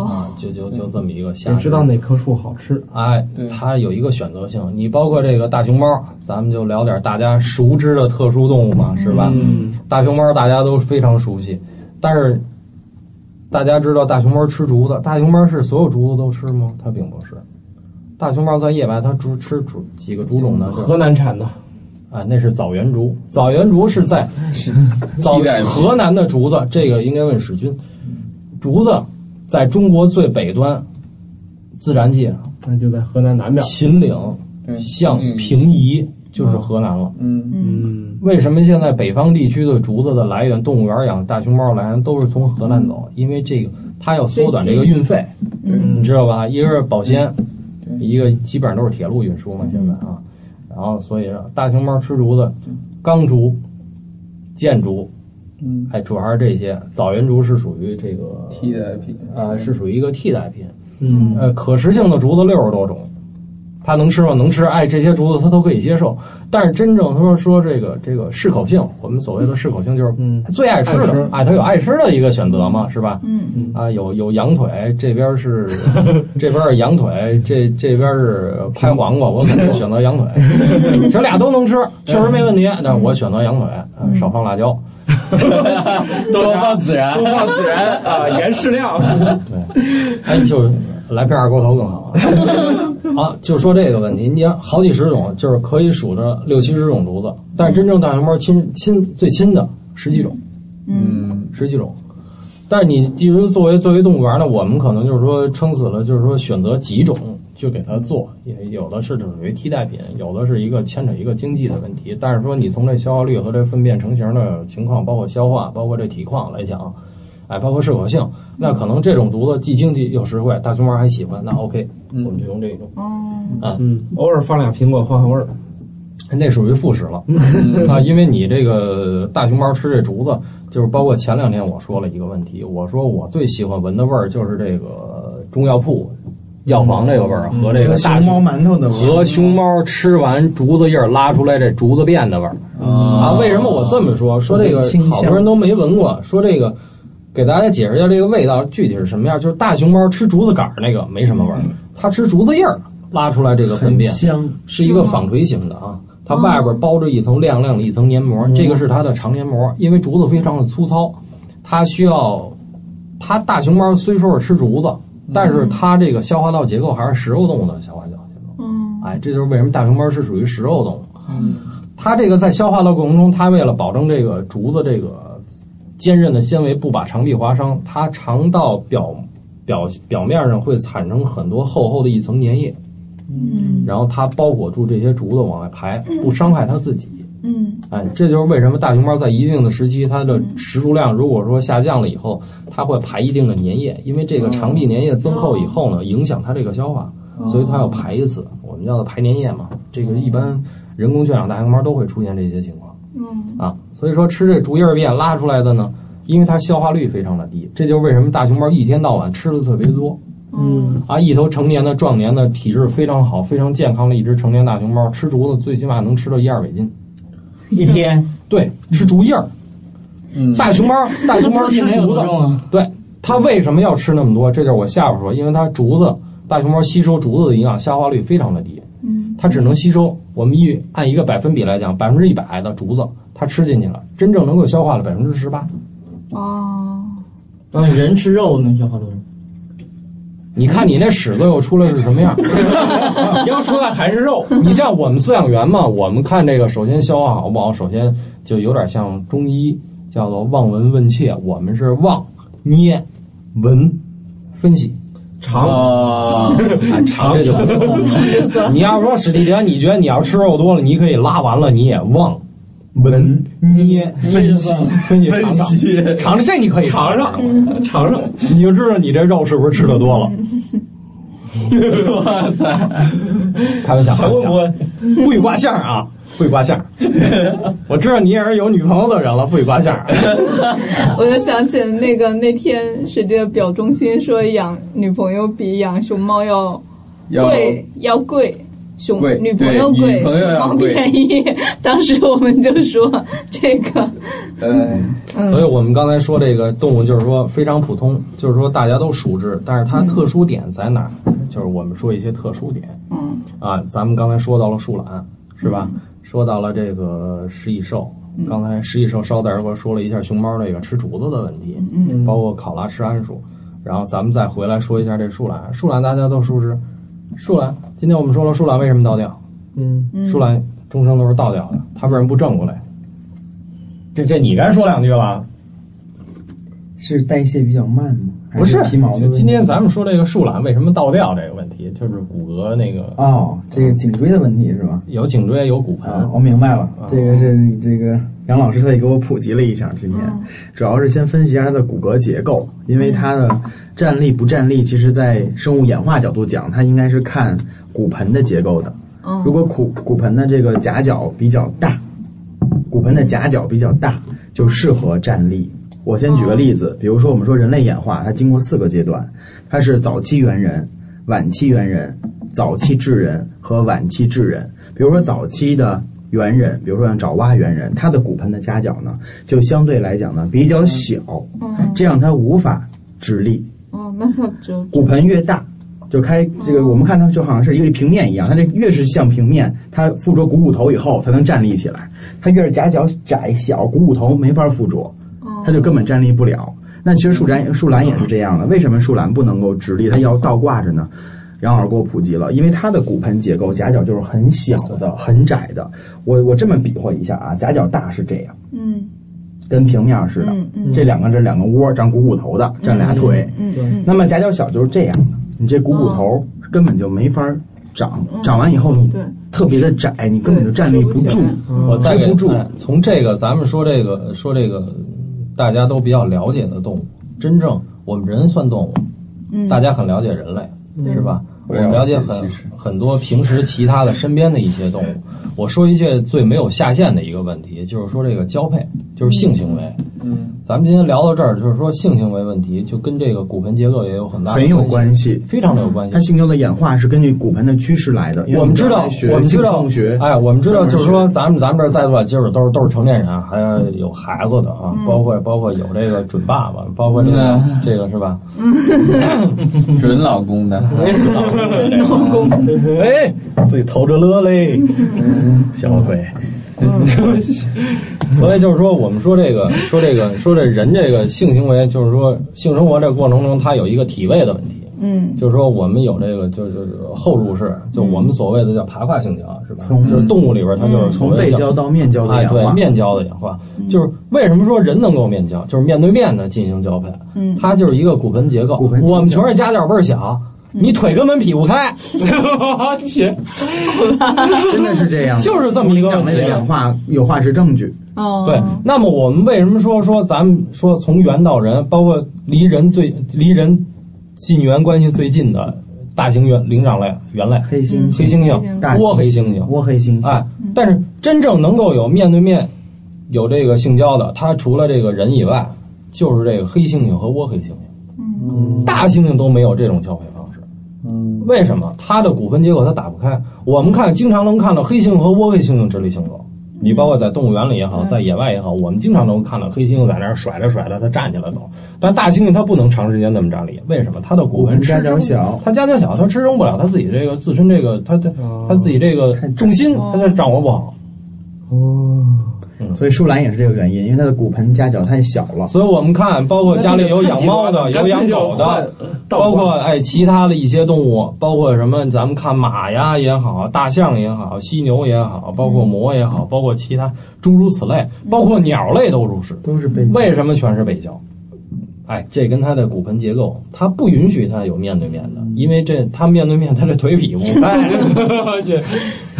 [SPEAKER 8] 啊，就就就这么一个
[SPEAKER 1] 谁
[SPEAKER 8] 下。
[SPEAKER 1] 知道哪棵树好吃？
[SPEAKER 8] 哎，
[SPEAKER 11] 对
[SPEAKER 8] 它有一个选择性。你包括这个大熊猫，咱们就聊点大家熟知的特殊动物嘛，是吧？
[SPEAKER 1] 嗯，
[SPEAKER 8] 大熊猫大家都非常熟悉，但是大家知道大熊猫吃竹子，大熊猫是所有竹子都吃吗？它并不是。大熊猫在野外它竹吃竹几个竹种呢？就是
[SPEAKER 1] 河南产的，
[SPEAKER 8] 啊，那是枣园竹，枣园竹是在枣
[SPEAKER 11] 替代品
[SPEAKER 8] 河南的竹子，这个应该问史军。竹子在中国最北端，自然界
[SPEAKER 1] 那就在河南南边。
[SPEAKER 8] 秦岭
[SPEAKER 11] 对
[SPEAKER 8] 向
[SPEAKER 2] 嗯
[SPEAKER 8] 平移就是河南了。
[SPEAKER 11] 嗯，
[SPEAKER 1] 嗯，
[SPEAKER 8] 为什么现在北方地区的竹子的来源，动物园养大熊猫来源都是从河南
[SPEAKER 11] 嗯
[SPEAKER 8] 走？因为这个它要缩短这个运费，
[SPEAKER 1] 嗯
[SPEAKER 8] 你知道吧？一个是保鲜，
[SPEAKER 11] 嗯
[SPEAKER 8] 一个基本上都是铁路运输嘛，现在啊。然后所以说大熊猫吃竹子，钢竹、箭竹，
[SPEAKER 11] 嗯，
[SPEAKER 8] 哎，主要是这些。枣园竹是属于这个
[SPEAKER 11] 替代品
[SPEAKER 8] 啊，是属于一个替代品。
[SPEAKER 1] 嗯，
[SPEAKER 8] 呃，可食性的竹子六十多种，它能吃吗？能吃。哎，这些竹子它都可以接受。但是真正说说这个这个适口性，我们所谓的适口性就是
[SPEAKER 1] 嗯
[SPEAKER 8] 最爱吃
[SPEAKER 1] 爱
[SPEAKER 8] 的
[SPEAKER 1] 吃，
[SPEAKER 8] 哎，它有爱吃的一个选择嘛，是吧？
[SPEAKER 12] 嗯
[SPEAKER 8] 啊，有有羊腿，这边是这边是羊腿，这这边是拍黄瓜，我肯定选择羊 腿。其实俩都能吃，确实没问题，但是我选择羊腿，
[SPEAKER 1] 嗯
[SPEAKER 8] 啊少放辣椒。啊
[SPEAKER 11] 多放孜然，
[SPEAKER 1] 东方孜然啊，原适量。
[SPEAKER 8] 对， 哎，就来片二锅头更好啊。啊，就说这个问题，你要好几十种，就是可以数着六七十种竹子，但是真正大熊猫亲亲最亲的十几种，
[SPEAKER 11] 嗯，
[SPEAKER 8] 十几种。但是你，比如作为作为动物园呢，我们可能就是说撑死了，就是说选择几种就给它做，也有的是属于替代品，有的是一个牵扯一个经济的问题。但是说你从这消耗率和这粪便成型的情况，包括消化，包括这体况来讲，哎，包括适口性，那可能这种竹子既经济又实惠，大熊猫还喜欢，那 OK，我们就用这种。
[SPEAKER 12] 哦，
[SPEAKER 8] 啊，
[SPEAKER 1] 嗯，偶尔放俩苹果换换味儿。
[SPEAKER 8] 那属于副食了啊，因为你这个大熊猫吃这竹子，就是包括前两天我说了一个问题，我说我最喜欢闻的味儿就是这个中药铺、药房这个味儿和这个大
[SPEAKER 9] 熊猫馒头的味
[SPEAKER 8] 和熊猫吃完竹子叶儿拉出来这竹子便的味儿
[SPEAKER 2] 嗯
[SPEAKER 8] 啊。为什么我这么说？说这个好多人都没闻过，说这个。给大家解释一下这个味道具体是什么样，就是大熊猫吃竹子杆儿那个没什么味儿，它吃竹子叶儿拉出来这个粪便，
[SPEAKER 9] 香，
[SPEAKER 8] 是一个纺锤形的啊，它外边包着一层亮亮的一层黏膜，这个是它的肠黏膜，因为竹子非常的粗糙，它需要，它大熊猫虽说是吃竹子，但是它这个消化道结构还是食肉动物的消化道结构，嗯，哎，这就是为什么大熊猫是属于食肉动物，嗯，它这个在消化道过程中，它为了保证这个竹子这个。坚韧的纤维不把肠壁划伤，它肠道表表表面上会产生很多厚厚的一层粘液，
[SPEAKER 12] 嗯，
[SPEAKER 8] 然后它包裹住这些竹子往外排，不伤害它自己，
[SPEAKER 12] 嗯，
[SPEAKER 8] 哎，这就是为什么大熊猫在一定的时期，它的食竹量如果说下降了以后，它会排一定的粘液，因为这个肠壁粘液增厚以
[SPEAKER 12] 哦
[SPEAKER 8] 后呢，影响它这个消化，所以它要排一次，我们叫做排粘液嘛。这个一般人工圈养大熊猫都会出现这些情况。
[SPEAKER 12] 嗯
[SPEAKER 8] 啊，所以说吃这竹叶便拉出来的呢，因为它消化率非常的低，这就是为什么大熊猫一天到晚吃的特别多。
[SPEAKER 12] 嗯
[SPEAKER 8] 啊，一头成年的壮年的体质非常好、非常健康的一只成年大熊猫，吃竹子最起码能吃到一二百斤，
[SPEAKER 11] 一天。
[SPEAKER 8] 对，吃竹叶儿。
[SPEAKER 11] 嗯，
[SPEAKER 8] 大熊猫，大熊猫吃竹子，
[SPEAKER 1] 啊
[SPEAKER 8] 对它为什么要吃那么多？这就是我下边说，因为它竹子，大熊猫吸收竹子的营养消化率非常的低。
[SPEAKER 12] 嗯，
[SPEAKER 8] 它只能吸收。我们一按一个百分比来讲，百分之一百的竹子，它吃进去了，真正能够消化了百分之十八。
[SPEAKER 12] 哦，
[SPEAKER 11] 那人吃肉能消化多少？
[SPEAKER 8] 你看你那屎最后出来是什么样？
[SPEAKER 1] 要出来还是肉。
[SPEAKER 8] 你像我们饲养员嘛，我们看这个，首先消化好不好，首先就有点像中医叫做望闻问切，我们是望、捏、闻、分析。
[SPEAKER 1] 肠
[SPEAKER 8] 啊，肠这就不
[SPEAKER 12] 用。
[SPEAKER 8] 你要说史蒂哲，你觉得你要吃肉多了，你可以拉完了，你也忘。闻捏分析分析尝尝尝尝，这你可以
[SPEAKER 1] 尝
[SPEAKER 8] 尝
[SPEAKER 1] 尝尝，
[SPEAKER 8] 你就知道你这肉是不是吃的多了。
[SPEAKER 11] 哇塞！
[SPEAKER 8] 开玩笑，
[SPEAKER 1] 还问我
[SPEAKER 8] 不许挂相啊，不许挂相。我知道你也是有女朋友的人了，不许挂相。
[SPEAKER 12] 我就想起那个那天史蒂的表忠心说养女朋友比养熊猫要贵要 贵，熊
[SPEAKER 2] 贵
[SPEAKER 12] 女朋友
[SPEAKER 2] 对
[SPEAKER 12] 贵，
[SPEAKER 2] 女朋友
[SPEAKER 12] 熊
[SPEAKER 2] 要
[SPEAKER 12] 猫
[SPEAKER 2] 贵
[SPEAKER 12] 便宜。当时我们哦就说这个，
[SPEAKER 2] 呃，
[SPEAKER 12] 嗯
[SPEAKER 8] 所以我们刚才说这个动物，就是说非常普通，就是说大家都熟知，但是它特殊点在哪儿？就是我们说一些特殊点
[SPEAKER 12] 嗯
[SPEAKER 8] 啊，咱们刚才说到了树懒，是吧？说到了这个食蚁兽，
[SPEAKER 12] 嗯
[SPEAKER 8] 刚才食蚁兽捎带儿说了一下熊猫这个吃竹子的问题，
[SPEAKER 12] 嗯
[SPEAKER 8] 包括考拉吃桉树，然后咱们再回来说一下这树懒，树懒大家都熟知，树懒，今天我们说了树懒为什么倒吊，
[SPEAKER 1] 嗯，
[SPEAKER 12] 嗯
[SPEAKER 8] 树懒终生都是倒吊的，它为什么不正过来？这这你该说两句了。
[SPEAKER 9] 是代谢比较慢吗？还
[SPEAKER 8] 不是
[SPEAKER 9] 皮毛的问题
[SPEAKER 8] 今天咱们说这个树懒为什么倒吊这个问题，就是骨骼那个
[SPEAKER 9] 哦，这个颈椎的问题是吧？
[SPEAKER 8] 有颈椎有骨
[SPEAKER 9] 啊
[SPEAKER 8] 盆，，
[SPEAKER 9] 我明白了，这个是这个杨老师特意给我普及了一下，今天主要是先分析一下它的骨骼结构，因为它的站立不站立，其实在生物演化角度讲，它应该是看骨盆的结构的。如果骨骨盆的这个夹角比较大，骨盆的夹角比较大，就适合站立。我先举个例子，比如说我们说人类演化，它经过四个阶段，它是早期猿人、晚期猿人、早期智人和晚期智人。比如说早期的猿人，比如说像爪哇猿人，它的骨盆的夹角呢，就相对来讲呢比较小，
[SPEAKER 12] 嗯
[SPEAKER 9] 这样它无法直立。
[SPEAKER 12] 哦，那就只有
[SPEAKER 9] 骨盆越大，就开这个，我们看它就好像是一个平面一样，它这越是像平面，它附着股骨头以后才能站立起来，它越是夹角窄小，股骨头没法附着，它就根本站立不了。那其实树懒树懒也是这样的，为什么树懒不能够直立，它要倒挂着呢？杨老师给我普及了，因为它的骨盆结构夹角就是很小的、很窄的。我我这么比划一下啊，夹角大是这样，
[SPEAKER 12] 嗯
[SPEAKER 9] 跟平面似的，
[SPEAKER 12] 嗯嗯
[SPEAKER 9] 这两个这两个窝长股骨头的，站俩腿，
[SPEAKER 12] 嗯嗯，哦
[SPEAKER 9] 那么夹角小就是这样的，你这股骨头根本就没法长，长完以后你
[SPEAKER 12] 嗯对
[SPEAKER 9] 特别的窄，你根本就站立
[SPEAKER 12] 对
[SPEAKER 9] 不住
[SPEAKER 12] 直不起来。
[SPEAKER 1] 啊
[SPEAKER 8] 我再给
[SPEAKER 9] 支不住
[SPEAKER 8] 哎从这个咱们说这个说这个大家都比较了解的动物，真正我们人算动物，
[SPEAKER 12] 嗯
[SPEAKER 9] 嗯
[SPEAKER 8] 大家很了解人类，是吧？我了解很很多平时其他的身边的一些动物。我说一句最没有下限的一个问题，就是说这个交配，就是性行为。
[SPEAKER 2] 嗯，
[SPEAKER 8] 咱们今天聊到这儿，就是说性行为问题，就跟这个骨盆结构也有很大
[SPEAKER 9] 很有关
[SPEAKER 8] 系，非常的有关系。
[SPEAKER 9] 它性交的演化是根据骨盆的趋势来的。因为
[SPEAKER 8] 嗯我
[SPEAKER 9] 们
[SPEAKER 8] 们知道，我们知道，
[SPEAKER 9] 学
[SPEAKER 8] 哎，我们知道，就是说，咱们咱们这儿在座接触都是都是成年人，还有孩子的啊，包括包括有这个准爸爸，包括这个这个是吧？
[SPEAKER 2] 准老公的，
[SPEAKER 12] 真老公，
[SPEAKER 8] 哎，自己偷着乐嘞，小鬼。 所以就是说，我们说这个，说这个，说这人这个性行为，就是说性生活这个过程中，它有一个体位的问题。
[SPEAKER 12] 嗯，
[SPEAKER 8] 就是说我们有这个，就是后入式，就我们所谓的叫爬胯性交，是吧？就是动物里边它就是
[SPEAKER 9] 嗯从背交到面交的
[SPEAKER 8] 哎，
[SPEAKER 9] 演化。
[SPEAKER 8] 对，面交的演化，
[SPEAKER 9] 嗯
[SPEAKER 8] 就是为什么说人能够面交，就是面对面的进行交配，
[SPEAKER 12] 嗯
[SPEAKER 8] 它就是一个骨盆结构。
[SPEAKER 9] 骨盆结构嗯
[SPEAKER 8] 我们全是夹角倍儿小，你腿根本劈不开，我去，
[SPEAKER 9] 真的是这样，
[SPEAKER 8] 就是这么一个
[SPEAKER 9] 长
[SPEAKER 8] 问
[SPEAKER 9] 类的
[SPEAKER 8] 题啊
[SPEAKER 9] 演化有化石证据。
[SPEAKER 12] 哦，
[SPEAKER 8] 对，那么我们为什么说说咱们说从猿到人，包括离人最离人近缘关系最近的大型猿灵长类猿类，
[SPEAKER 9] 黑猩猩
[SPEAKER 8] 黑猩
[SPEAKER 12] 嗯
[SPEAKER 9] 大
[SPEAKER 8] 猩、窝黑猩猩，
[SPEAKER 9] 窝黑猩猩，
[SPEAKER 8] 哎，但是真正能够有面对面有这个性交的，它除了这个人以外，就是这个黑猩猩和窝黑猩猩，
[SPEAKER 2] 嗯
[SPEAKER 8] 大猩猩都没有这种交配方式。
[SPEAKER 2] 嗯，
[SPEAKER 8] 为什么？它的骨盆结构它打不开。我们看经常能看到黑猩猩和窝黑猩猩直立行走，你包括在动物园里也好，
[SPEAKER 12] 嗯
[SPEAKER 8] 在野外也好，我们经常能看到黑猩猩在那儿甩着甩着，它站起来走。但大猩猩它不能长时间那么站立，为什么？它的骨
[SPEAKER 9] 骨
[SPEAKER 8] 盆
[SPEAKER 9] 盆
[SPEAKER 8] 吃
[SPEAKER 9] 夹角
[SPEAKER 8] 撑，
[SPEAKER 9] 小，
[SPEAKER 8] 它夹角小，它支撑不了它自己这个自身这个它的它自己这个重心，它就掌握不好。
[SPEAKER 1] 哦，
[SPEAKER 9] 所以树懒也是这个原因，因为它的骨盆夹角太小了。
[SPEAKER 8] 所以我们看，包括家里有养猫的、
[SPEAKER 1] 那
[SPEAKER 8] 有
[SPEAKER 1] 就
[SPEAKER 8] 养
[SPEAKER 1] 看
[SPEAKER 8] 狗的，
[SPEAKER 1] 倒挂
[SPEAKER 8] 包括哎其他的一些动物，包括什么，咱们看马呀也好，大象也好，犀牛也好，包括魔也好，包括其他诸如此类，包括鸟类都如是。
[SPEAKER 9] 都是被
[SPEAKER 8] 为什么全是背交？哎，这跟它的骨盆结构，它不允许它有面对面的，因为这它面对面，它这腿劈不开，这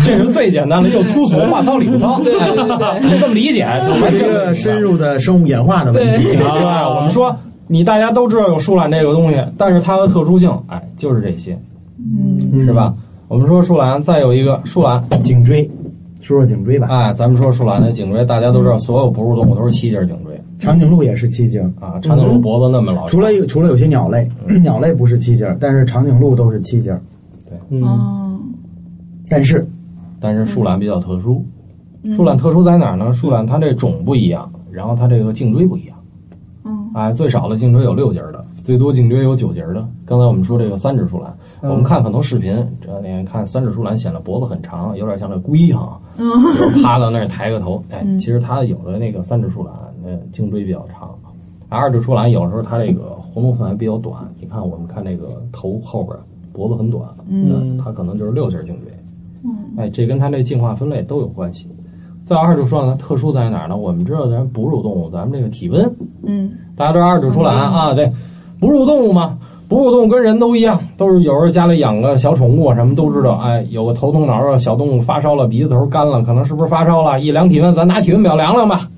[SPEAKER 8] 这是最简单的又粗俗，话糙理不糙，哎 你这么理解，
[SPEAKER 9] 这是一个深入的生物演化的问题。
[SPEAKER 8] 对吧？我们说，你大家都知道有树懒这个东西，但是它的特殊性，哎，就是这些，
[SPEAKER 12] 嗯，
[SPEAKER 8] 是吧？我们说树懒，再有一个树懒，
[SPEAKER 9] 颈椎，说说颈椎吧。
[SPEAKER 8] 哎，咱们说树懒的颈椎，大家都
[SPEAKER 9] 嗯
[SPEAKER 8] 知道，所有哺乳动物都是七节颈椎
[SPEAKER 9] 长颈鹿也是七颈，
[SPEAKER 8] 啊，长颈鹿脖子那么老，
[SPEAKER 9] 嗯除了有除了有些鸟类，
[SPEAKER 8] 嗯
[SPEAKER 9] 鸟类不是七颈，但是长颈鹿都是七颈。
[SPEAKER 1] 嗯，
[SPEAKER 12] 哦，
[SPEAKER 9] 但是
[SPEAKER 8] 但是树
[SPEAKER 9] 嗯
[SPEAKER 8] 懒比较特殊，
[SPEAKER 7] 嗯
[SPEAKER 12] 嗯
[SPEAKER 8] 树懒特殊在哪儿呢？树懒它这种不一样，然后它这个颈椎不一样。
[SPEAKER 12] 嗯，
[SPEAKER 8] 哎，最少的颈椎有六节儿的，最多颈椎有九节儿的。刚才我们说这个三指树懒，我们看很多视频，这你看三指树懒显得脖子很长，有点像那龟哈，就是趴到那儿抬个头。哎，其实它有的那个三指树懒，那颈椎比较长，哎二指树懒有时候它这个活动范围比较短。你看我们看那个头后边儿，脖子很短，
[SPEAKER 1] 嗯
[SPEAKER 8] 那它可能就是六节儿颈椎。哎，这跟它这进化分类都有关系。再二指树懒呢，特殊在哪儿呢？我们知道咱哺乳动物，咱们这个体温，
[SPEAKER 12] 嗯，
[SPEAKER 8] 大家知道二指出栏啊，对，哺乳动物嘛，哺乳动物跟人都一样，都是有时候家里养个小宠物啊，什么都知道，哎，有个头疼脑热小动物发烧了，鼻子头干了，可能是不是发烧了？一量体温，咱拿体温表量量吧。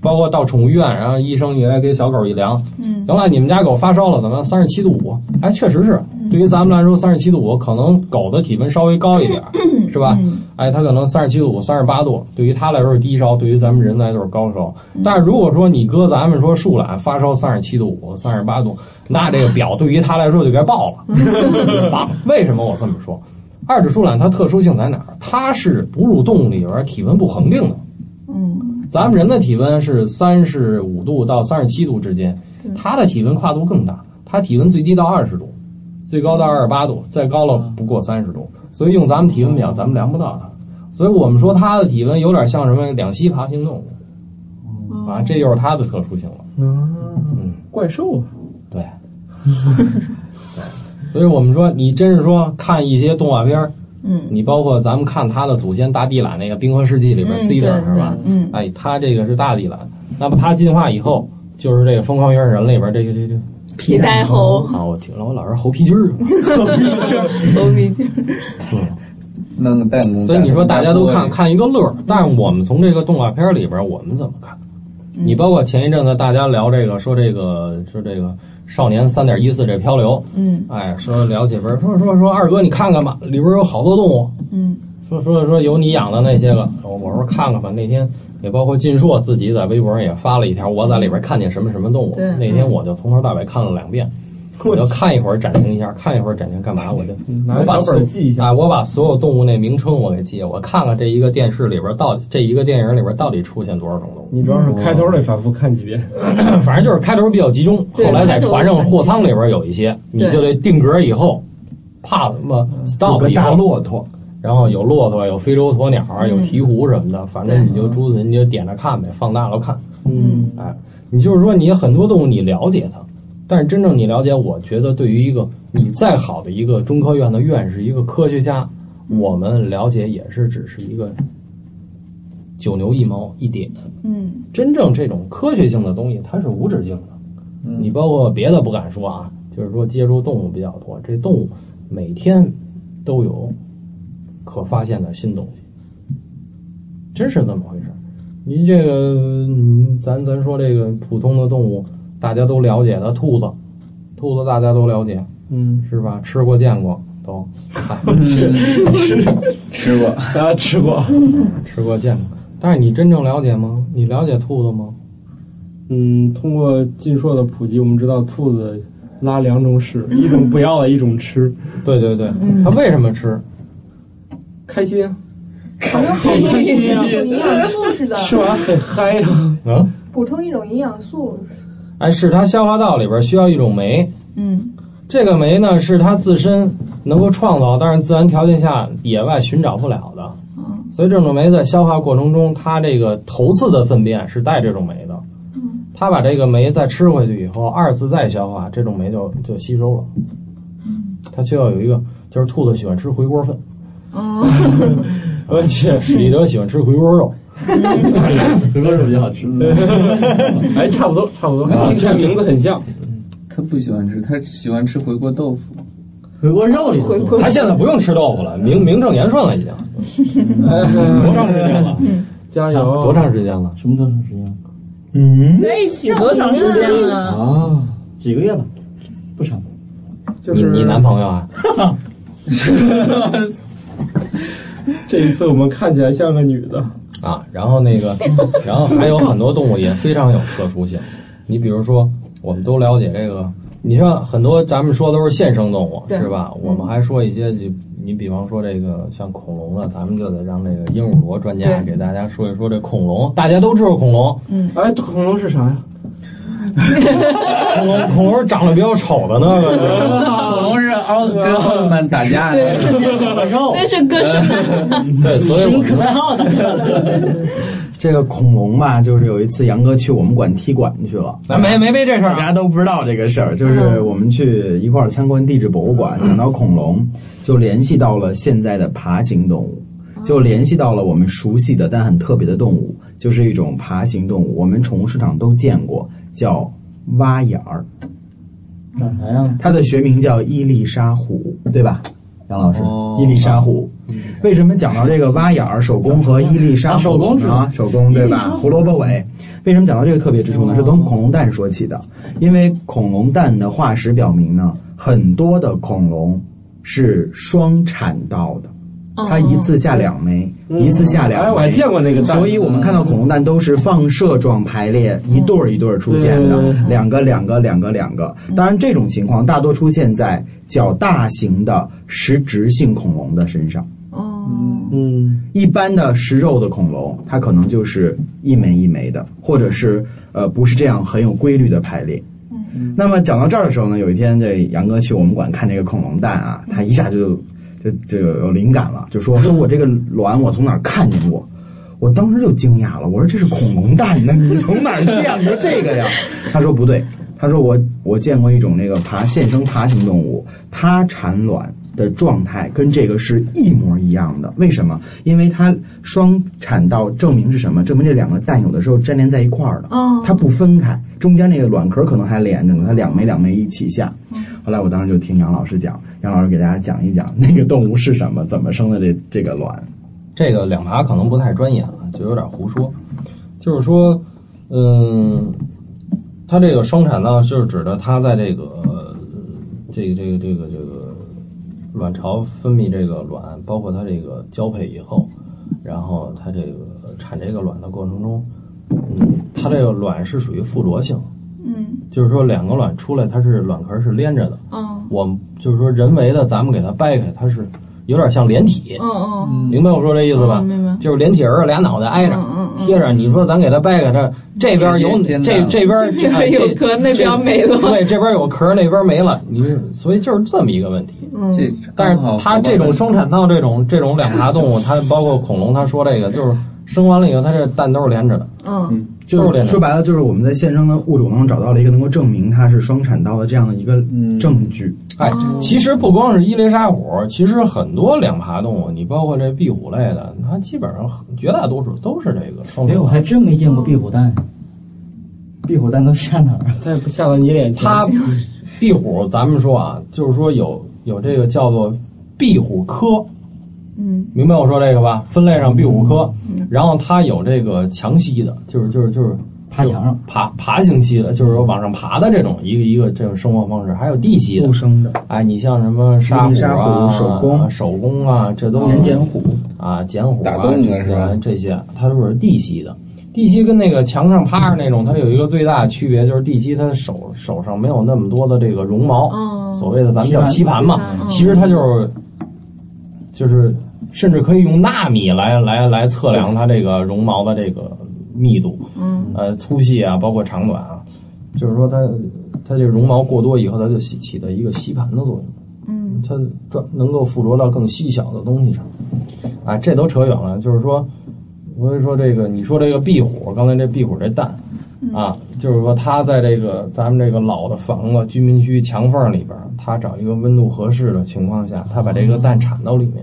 [SPEAKER 8] 包括到宠物医院，然后医生也来给小狗一量，
[SPEAKER 12] 嗯，
[SPEAKER 8] 行了，你们家狗发烧了，怎么三十七度五？哎，确实是，对于咱们来说，三十七度五可能狗的体温稍微高一点儿，是吧？哎，它可能三十七度五、三十八度，对于它来说是低烧，对于咱们人来说是高烧。但是如果说你搁咱们说树懒发烧三十七度五、三十八度，那这个表对于它来说就该爆了。啊为什么我这么说？二指树懒它特殊性在哪儿？它是哺乳动物里边儿体温不恒定的。
[SPEAKER 12] 嗯，
[SPEAKER 8] 咱们人的体温是三十五度到三十七度之间，它的体温跨度更大，它体温最低到二十度，最高到二十八度，再高了不过三十度，所以用咱们体温表，咱们量不到它。所以我们说它的体温有点像什么两栖爬行动物，
[SPEAKER 12] 哦
[SPEAKER 8] 啊，这就是它的特殊性了。嗯，
[SPEAKER 1] 怪兽啊，
[SPEAKER 8] 对，对，所以我们说，你真是说看一些动画片儿，
[SPEAKER 12] 嗯，
[SPEAKER 8] 你包括咱们看他的祖先大地懒那个《冰河世纪》里边
[SPEAKER 12] 嗯
[SPEAKER 8] C 的
[SPEAKER 12] 对
[SPEAKER 8] 是吧？
[SPEAKER 12] 对嗯
[SPEAKER 8] 哎，他这个是大地懒，那么他进化以后就是这个《疯狂原始人》里边这个这个这个
[SPEAKER 12] 皮带猴，
[SPEAKER 8] 啊，我听了我老是猴皮筋儿，啊
[SPEAKER 12] 猴 皮筋儿，
[SPEAKER 2] 弄个弹 幕。
[SPEAKER 8] 所以你说大家都
[SPEAKER 2] 嗯
[SPEAKER 8] 看看一个乐儿，但是我们从这个动画
[SPEAKER 12] 嗯
[SPEAKER 8] 片里边我们怎么看？你包括前一阵子大家聊这个说这个说这个少年三点一四这漂流，
[SPEAKER 12] 嗯，
[SPEAKER 8] 哎，说聊起边说说说二哥你看看吧，里边有好多动物，
[SPEAKER 12] 嗯，
[SPEAKER 8] 说说说有你养的那些个，我我说看看吧，那天也包括金硕自己在微博上也发了一条，我在里边看见什么什么动物，
[SPEAKER 12] 对
[SPEAKER 8] 那天我就从头到尾看了两遍。
[SPEAKER 1] 嗯
[SPEAKER 8] 我就看一会儿，暂停一下；看一会儿，暂停干嘛？我就
[SPEAKER 1] 嗯拿
[SPEAKER 8] 我把
[SPEAKER 1] 小
[SPEAKER 8] 所
[SPEAKER 1] 本记一下
[SPEAKER 8] 啊，我把所有动物那名称我给记，我看看这一个电视里边到底这一个电影里边到底出现多少种动物。
[SPEAKER 1] 你主要是开头得反复看几遍，
[SPEAKER 8] 反正就是开头比较集中，后
[SPEAKER 1] 对
[SPEAKER 8] 来在
[SPEAKER 1] 开头
[SPEAKER 8] 船上货舱里边有一些，你
[SPEAKER 1] 对嗯
[SPEAKER 8] 就得定格以后，怕什么 stop
[SPEAKER 9] 有个
[SPEAKER 8] 以
[SPEAKER 9] 大
[SPEAKER 8] 后
[SPEAKER 9] 骆驼，
[SPEAKER 8] 然后有骆驼，有非洲鸵鸟，
[SPEAKER 1] 嗯
[SPEAKER 8] 有鹈鹕什么的，反正你就珠子你就点着看呗，放大了看。
[SPEAKER 1] 嗯，
[SPEAKER 8] 哎，你就是说你很多动物你了解它，但是真正你了解，我觉得对于一个你再好的一个中科院的院士，一个科学家，
[SPEAKER 1] 嗯
[SPEAKER 8] 我们了解也是只是一个九牛一毛一点。
[SPEAKER 12] 嗯
[SPEAKER 8] 真正这种科学性的东西，它是无止境的。你包括别的不敢说啊，就是说接触动物比较多，这动物每天都有可发现的新东西，真是这么回事儿。您这个，嗯咱咱说这个普通的动物，大家都了解的兔子，兔子大家都了解，
[SPEAKER 1] 嗯，
[SPEAKER 8] 是吧？吃过见过 都，哎
[SPEAKER 1] 吃吃
[SPEAKER 9] 吃过，
[SPEAKER 1] 大家吃过，
[SPEAKER 8] 吃过见过。但是你真正了解吗？你了解兔子吗？
[SPEAKER 1] 嗯，通过进硕的普及，我们知道兔子拉两种屎，一种不要了，一种吃。
[SPEAKER 8] 对对对，它为什么吃？
[SPEAKER 1] 开心啊，
[SPEAKER 10] 补充一 种营养素似的，
[SPEAKER 1] 吃完很嗨啊呀、
[SPEAKER 8] 嗯，
[SPEAKER 10] 补充一种营养素，
[SPEAKER 8] 哎，是它消化道里边需要一种酶，
[SPEAKER 12] 嗯
[SPEAKER 8] 这个酶呢是它自身能够创造，但是自然条件下野外寻找不了的。所以这种酶在消化过程中，它这个头次的粪便是带这种酶的，
[SPEAKER 12] 嗯
[SPEAKER 8] 它把这个酶再吃回去以后，二次再消化，这种酶就就吸收了。它需要有一个，就是兔子喜欢吃回锅粪，
[SPEAKER 12] 哦，
[SPEAKER 8] 而且李德喜欢吃回锅肉。
[SPEAKER 1] 回锅肉比较好 吃。哎，差不多，差不多，嗯
[SPEAKER 2] 啊
[SPEAKER 1] 听这名字很像。
[SPEAKER 2] 他不喜欢吃，他喜欢吃回锅豆腐。
[SPEAKER 8] 回锅肉
[SPEAKER 2] 里头回锅
[SPEAKER 8] 它现在不用吃豆腐了，名名正言顺了已经。多
[SPEAKER 1] 嗯
[SPEAKER 8] 长时间了？
[SPEAKER 1] 加油！
[SPEAKER 8] 多长时间了？
[SPEAKER 11] 什么多长时间？
[SPEAKER 9] 嗯，
[SPEAKER 13] 在一起多长时间了？
[SPEAKER 11] 啊，几个月了，不长。
[SPEAKER 1] 就是
[SPEAKER 8] 你你男朋友啊？
[SPEAKER 1] 这一次我们看起来像个女的，
[SPEAKER 8] 啊，然后 那个，然后还有很多动物也非常有特殊性。你比如说，我们都了解这个，你像很多咱们说都是现生动物，
[SPEAKER 11] 对
[SPEAKER 8] 是
[SPEAKER 1] 嗯
[SPEAKER 8] 吧？我们还说一些，你你比方说这个像恐龙啊，咱们就得让这个鹦鹉螺专家
[SPEAKER 1] 对
[SPEAKER 8] 给大家说一说这恐龙。大家都知道恐龙，
[SPEAKER 1] 嗯，哎，恐龙是啥呀？
[SPEAKER 8] 恐龙恐龙是长得比较丑的那个。
[SPEAKER 2] 恐
[SPEAKER 12] 哦
[SPEAKER 2] 龙是奥跟
[SPEAKER 8] 啊
[SPEAKER 2] 奥特曼打架的，
[SPEAKER 12] 那是歌声。
[SPEAKER 8] 对，所以我们
[SPEAKER 11] 号的。
[SPEAKER 9] 这个恐龙吧，就是有一次杨哥去我们馆踢馆去了，
[SPEAKER 8] 啊没没没这事儿啊
[SPEAKER 9] 大家都不知道这个事儿。就是
[SPEAKER 11] 嗯
[SPEAKER 9] 我们去一块儿参观地质博物馆，讲到恐龙，就联系到了现在的爬行动物，
[SPEAKER 11] 嗯
[SPEAKER 9] 就联系到了我们熟悉的但很特别的动物，就是一种爬行动物，我们宠物市场都见过，叫蛙眼儿。
[SPEAKER 11] 干啥呀？
[SPEAKER 9] 它的学名叫伊丽莎虎，对吧？杨老师，
[SPEAKER 11] 哦
[SPEAKER 9] 伊丽莎虎。为什么讲到这个蛙眼儿、手工和伊丽莎虎
[SPEAKER 11] 嗯啊手工是
[SPEAKER 9] 啊
[SPEAKER 11] 吧？
[SPEAKER 9] 手工对
[SPEAKER 11] 伊丽莎
[SPEAKER 9] 吧？
[SPEAKER 11] 虎
[SPEAKER 9] 胡萝卜尾。为什么讲到这个特别之处呢？
[SPEAKER 11] 哦
[SPEAKER 9] 是从恐龙蛋说起的，因为恐龙蛋的化石表明呢，很多的恐龙是双产道的。
[SPEAKER 6] 哦
[SPEAKER 9] 它一次下两枚，一次下两枚。
[SPEAKER 1] 哎我还见过那个蛋嗯
[SPEAKER 9] 所以我们看到恐龙蛋都是放射状排列，一对儿一对儿出现的
[SPEAKER 1] 对对，
[SPEAKER 9] 两个两个两个两个。当然，这种情况大多出现在较大型的食植性恐龙的身上。
[SPEAKER 1] 嗯，
[SPEAKER 9] 一般的食肉的恐龙，它可能就是一枚一枚的，或者是呃不是这样很有规律的排列。那么讲到这儿的时候呢，有一天这杨哥去我们馆看这个恐龙蛋啊，他一下就就就有灵感了，就说说我这个卵我从哪儿看见过？我当时就惊讶了，我说这是恐龙蛋呢，你从哪儿见过这个呀？他说不对，他说我我见过一种那个爬现生爬行动物，它产卵的状态跟这个是一模一样的。为什么？因为它双产道证明是什么？证明这两个蛋有的时候粘连在一块儿了，
[SPEAKER 6] 哦
[SPEAKER 9] 它不分开，中间那个卵壳可能还连着呢，它两枚两枚一起下。后来我当时就听杨老师讲，杨老师给大家讲一讲 那个动物是什么，怎么生的这这个卵。
[SPEAKER 8] 这个两爬可能不太专业啊，就有点胡说。就是说，嗯，它这个双产呢，就是指的它在这个呃这个这个这个这个卵巢分泌这个卵，包括它这个交配以后，然后它这个产这个卵的过程中，嗯，它这个卵是属于附着性，
[SPEAKER 12] 嗯，
[SPEAKER 8] 就是说两个卵出来，它是卵壳是连着的，
[SPEAKER 12] 嗯，
[SPEAKER 8] 我们就是说人为的，咱们给它掰开，它是有点像连体，
[SPEAKER 12] 嗯嗯，
[SPEAKER 8] 明白我说这意思吧？
[SPEAKER 12] 嗯明白
[SPEAKER 8] 就是连体儿啊俩脑袋挨着。
[SPEAKER 12] 嗯嗯，
[SPEAKER 8] 贴着，你说咱给它掰开，这这边有
[SPEAKER 2] 直接
[SPEAKER 8] 这
[SPEAKER 2] 煎
[SPEAKER 8] 这边
[SPEAKER 12] 这边有壳那边没了
[SPEAKER 8] 对，这边有壳那边没了，你所以就是这么一个问题。
[SPEAKER 12] 嗯，
[SPEAKER 2] 这
[SPEAKER 8] 但是它这种双产道这种这种两爬动物，它包括恐龙，它说这个就是生完了以后，它这蛋都是连着的。
[SPEAKER 12] 嗯，
[SPEAKER 8] 都是
[SPEAKER 9] 就
[SPEAKER 8] 连着的
[SPEAKER 9] 是说白了，就是我们在现生的物种当中找到了一个能够证明它是双产道的这样的一个证据。
[SPEAKER 8] 哎，
[SPEAKER 12] 哦
[SPEAKER 8] 其实不光是伊雷沙虎，其实很多两爬动物，你包括这壁虎类的，它基本上绝大多数都是这个双
[SPEAKER 11] 哎，
[SPEAKER 8] 产
[SPEAKER 11] 我
[SPEAKER 8] 道。
[SPEAKER 11] 还真没见过壁虎蛋，壁虎蛋都下哪儿啊？
[SPEAKER 1] 它也不下到你脸
[SPEAKER 8] 它壁虎，咱们说啊，就是说有有这个叫做壁虎科，
[SPEAKER 12] 嗯，
[SPEAKER 8] 明白我说这个吧？分类上壁虎科，然后它有这个强吸的，就是就是就是
[SPEAKER 11] 爬墙上
[SPEAKER 8] 爬爬行吸的，就是说往上爬的这种一个一个这种生活方式，还有地吸的
[SPEAKER 9] 陆生的，
[SPEAKER 8] 哎，你像什么沙
[SPEAKER 9] 沙
[SPEAKER 8] 虎啊、
[SPEAKER 9] 虎手工
[SPEAKER 8] 手工啊，这都是
[SPEAKER 9] 人间虎
[SPEAKER 8] 啊、剪虎
[SPEAKER 2] 打
[SPEAKER 8] 啊
[SPEAKER 2] 洞的
[SPEAKER 8] 这
[SPEAKER 2] 是吧
[SPEAKER 8] 些这些，它都是地吸的。地吸跟那个墙上趴着那种，它有一个最大的区别就是地吸，它手手上没有那么多的这个绒毛，
[SPEAKER 12] 嗯
[SPEAKER 8] 所谓的咱们叫吸盘嘛
[SPEAKER 12] 吸盘，嗯
[SPEAKER 8] 其实它就是就是甚至可以用纳米来来来测量它这个绒毛的这个密度，
[SPEAKER 12] 嗯，
[SPEAKER 8] 呃，粗细啊，包括长短啊，就是说它它这个绒毛过多以后，它就起起到一个吸盘的作用，
[SPEAKER 12] 嗯，
[SPEAKER 8] 它专能够附着到更细小的东西上，啊，这都扯远了，就是说，我就说这个，你说这个壁虎，刚才这壁虎这蛋。啊，就是说它在这个咱们这个老的房子、居民区墙缝里边儿，它找一个温度合适的情况下，它把这个蛋产到里面。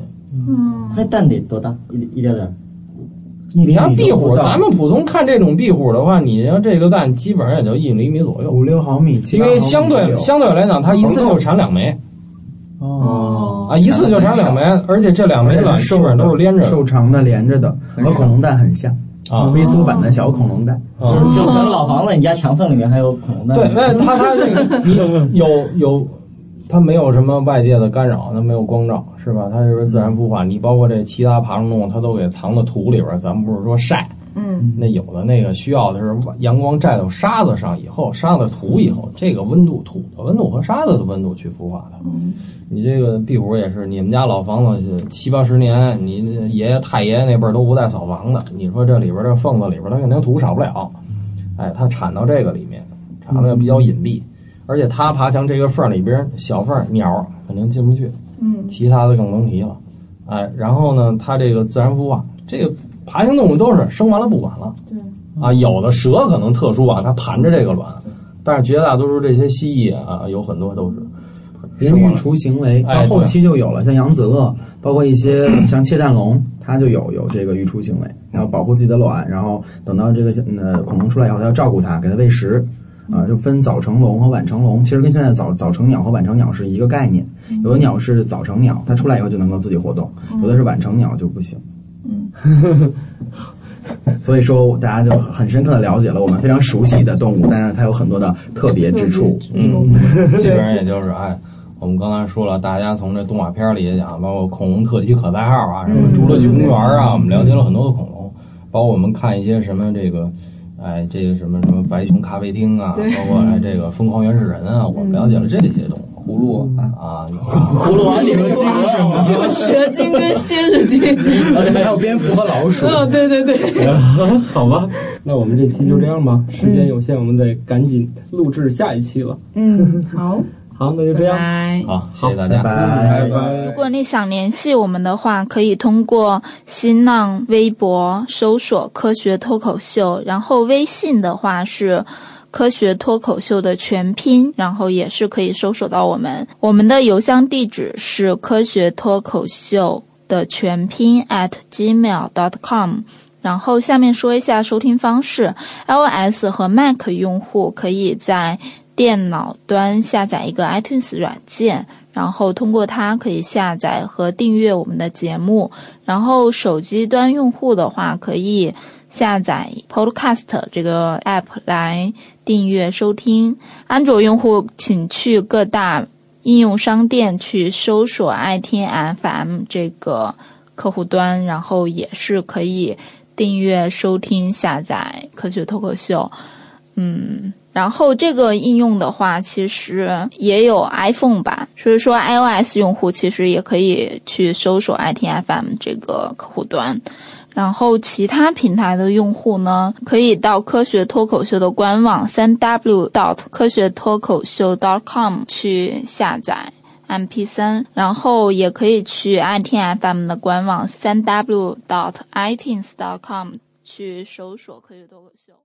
[SPEAKER 11] 它这蛋得多大？一一点点儿。
[SPEAKER 8] 你像
[SPEAKER 9] 厘米
[SPEAKER 8] 壁
[SPEAKER 9] 都不
[SPEAKER 8] 虎，
[SPEAKER 9] 到
[SPEAKER 8] 咱们普通看这种壁虎的话，你要这个蛋基本上也就一厘米左右，
[SPEAKER 9] 五六毫米，七
[SPEAKER 8] 因
[SPEAKER 9] 八毫
[SPEAKER 8] 为
[SPEAKER 9] 米
[SPEAKER 8] 相
[SPEAKER 9] 左
[SPEAKER 8] 对
[SPEAKER 9] 右
[SPEAKER 8] 相对来讲，它一次就产两枚
[SPEAKER 2] 哦
[SPEAKER 8] 啊，一次就产两枚，而且这两枚卵基本上都是连着的
[SPEAKER 9] 瘦长的连着的，和恐龙蛋很像
[SPEAKER 8] 啊
[SPEAKER 9] 微缩版的小恐龙蛋。
[SPEAKER 11] 哦就是就是咱们老房子，你家墙缝里面还有恐龙蛋。
[SPEAKER 8] 对，那它它这个 你有有，它没有什么外界的干扰，它没有光照，是吧？它就是自然孵化。你包括这其他爬虫动物，它都给藏到土里边儿。咱们不是说晒，
[SPEAKER 12] 嗯，
[SPEAKER 8] 那有的那个需要的是阳光晒到沙子上以后，沙子土以后，这个温度土的温度和沙子的温度去孵化它。你这个壁虎也是，你们家老房子七八十年，你爷爷太爷爷那辈儿都不带扫房的，你说这里边儿这缝子里边儿，它肯定土少不了。哎，它产到这个里面，产的比较隐蔽，而且它爬墙这个缝儿里边儿小缝儿鸟儿肯定进不去，
[SPEAKER 12] 嗯，
[SPEAKER 8] 其他的更甭提了。哎，然后呢，它这个自然孵化，这个爬行动物都是生完了不管了
[SPEAKER 12] 对，
[SPEAKER 8] 啊，有的蛇可能特殊啊，它盘着这个卵，但是绝大多数这些蜥蜴啊，有很多都是
[SPEAKER 9] 人育雏行为
[SPEAKER 8] 哎
[SPEAKER 9] 到后期就有了，像扬子鳄，包括一 些像窃蛋龙，它就有有这个育雏行为，然后保护自己的卵，然后等到这个呃恐龙出来以后，它要照顾它，给它喂食。啊，就分早成龙和晚成龙，其实跟现在的早早成鸟和晚成鸟是一个概念。有的鸟是早成鸟，它出来以后就能够自己活动；有的是晚成鸟就不行。嗯 所以说，大家就很深刻的了解了我们非常熟悉的动物，但是它有很多的特别之处。
[SPEAKER 8] 嗯，基本上也就是哎，我们刚才说了，大家从这动画片里也讲，包括恐龙特级可赛号啊，什么
[SPEAKER 12] 嗯
[SPEAKER 8] 侏罗纪公园啊，我们了解了很多的恐龙，包括我们看一些什么这个。哎，这个什么什么白熊咖啡厅啊，
[SPEAKER 12] 对
[SPEAKER 8] 包括哎这个疯狂原始人啊，我们了解了这些动物。
[SPEAKER 2] 葫芦
[SPEAKER 7] 嗯
[SPEAKER 2] 啊，
[SPEAKER 8] 啊，
[SPEAKER 11] 葫芦娃里面
[SPEAKER 12] 有蛇精跟蝎子精。
[SPEAKER 9] 而且 还有蝙蝠和老鼠。
[SPEAKER 12] 哦，对对对，
[SPEAKER 1] 好吧，那我们这期就这样吧，时间有限，我们得赶紧录制下一期了。
[SPEAKER 12] 嗯，好，
[SPEAKER 1] 好，那就这样，
[SPEAKER 12] 拜。
[SPEAKER 8] 好，谢谢大
[SPEAKER 9] 嗯拜
[SPEAKER 8] 家，
[SPEAKER 9] 拜。
[SPEAKER 2] 拜
[SPEAKER 7] 如。果你想联系我们的话，可以通过新浪微博搜索“科学脱口秀”，然后微信的话是“科学脱口秀”的全拼，然后也是可以搜索到我们。我们的邮箱地址是“科学脱口秀”的全拼 at gmail.com。然后下面说一下收听方式，iOS 和 Mac 用户可以在电脑端下载一个 iTunes 软件，然后通过它可以下载和订阅我们的节目。然后手机端用户的话，可以下载 Podcast 这个 app 来订阅收听。安卓用户请去各大应用商店去搜索爱听 FM 这个客户端，然后也是可以订阅收听下载《科学脱口秀》。嗯。然后这个应用的话，其实也有 iPhone 吧，所以说 iOS 用户其实也可以去搜索 ITFM 这个客户端。然后其他平台的用户呢，可以到科学脱口秀的官网三 w dot 科学脱口秀 dot com 去下载 MP 三，然后也可以去 ITFM 的官网三 w dot itunes dot com 去搜索科学脱口秀。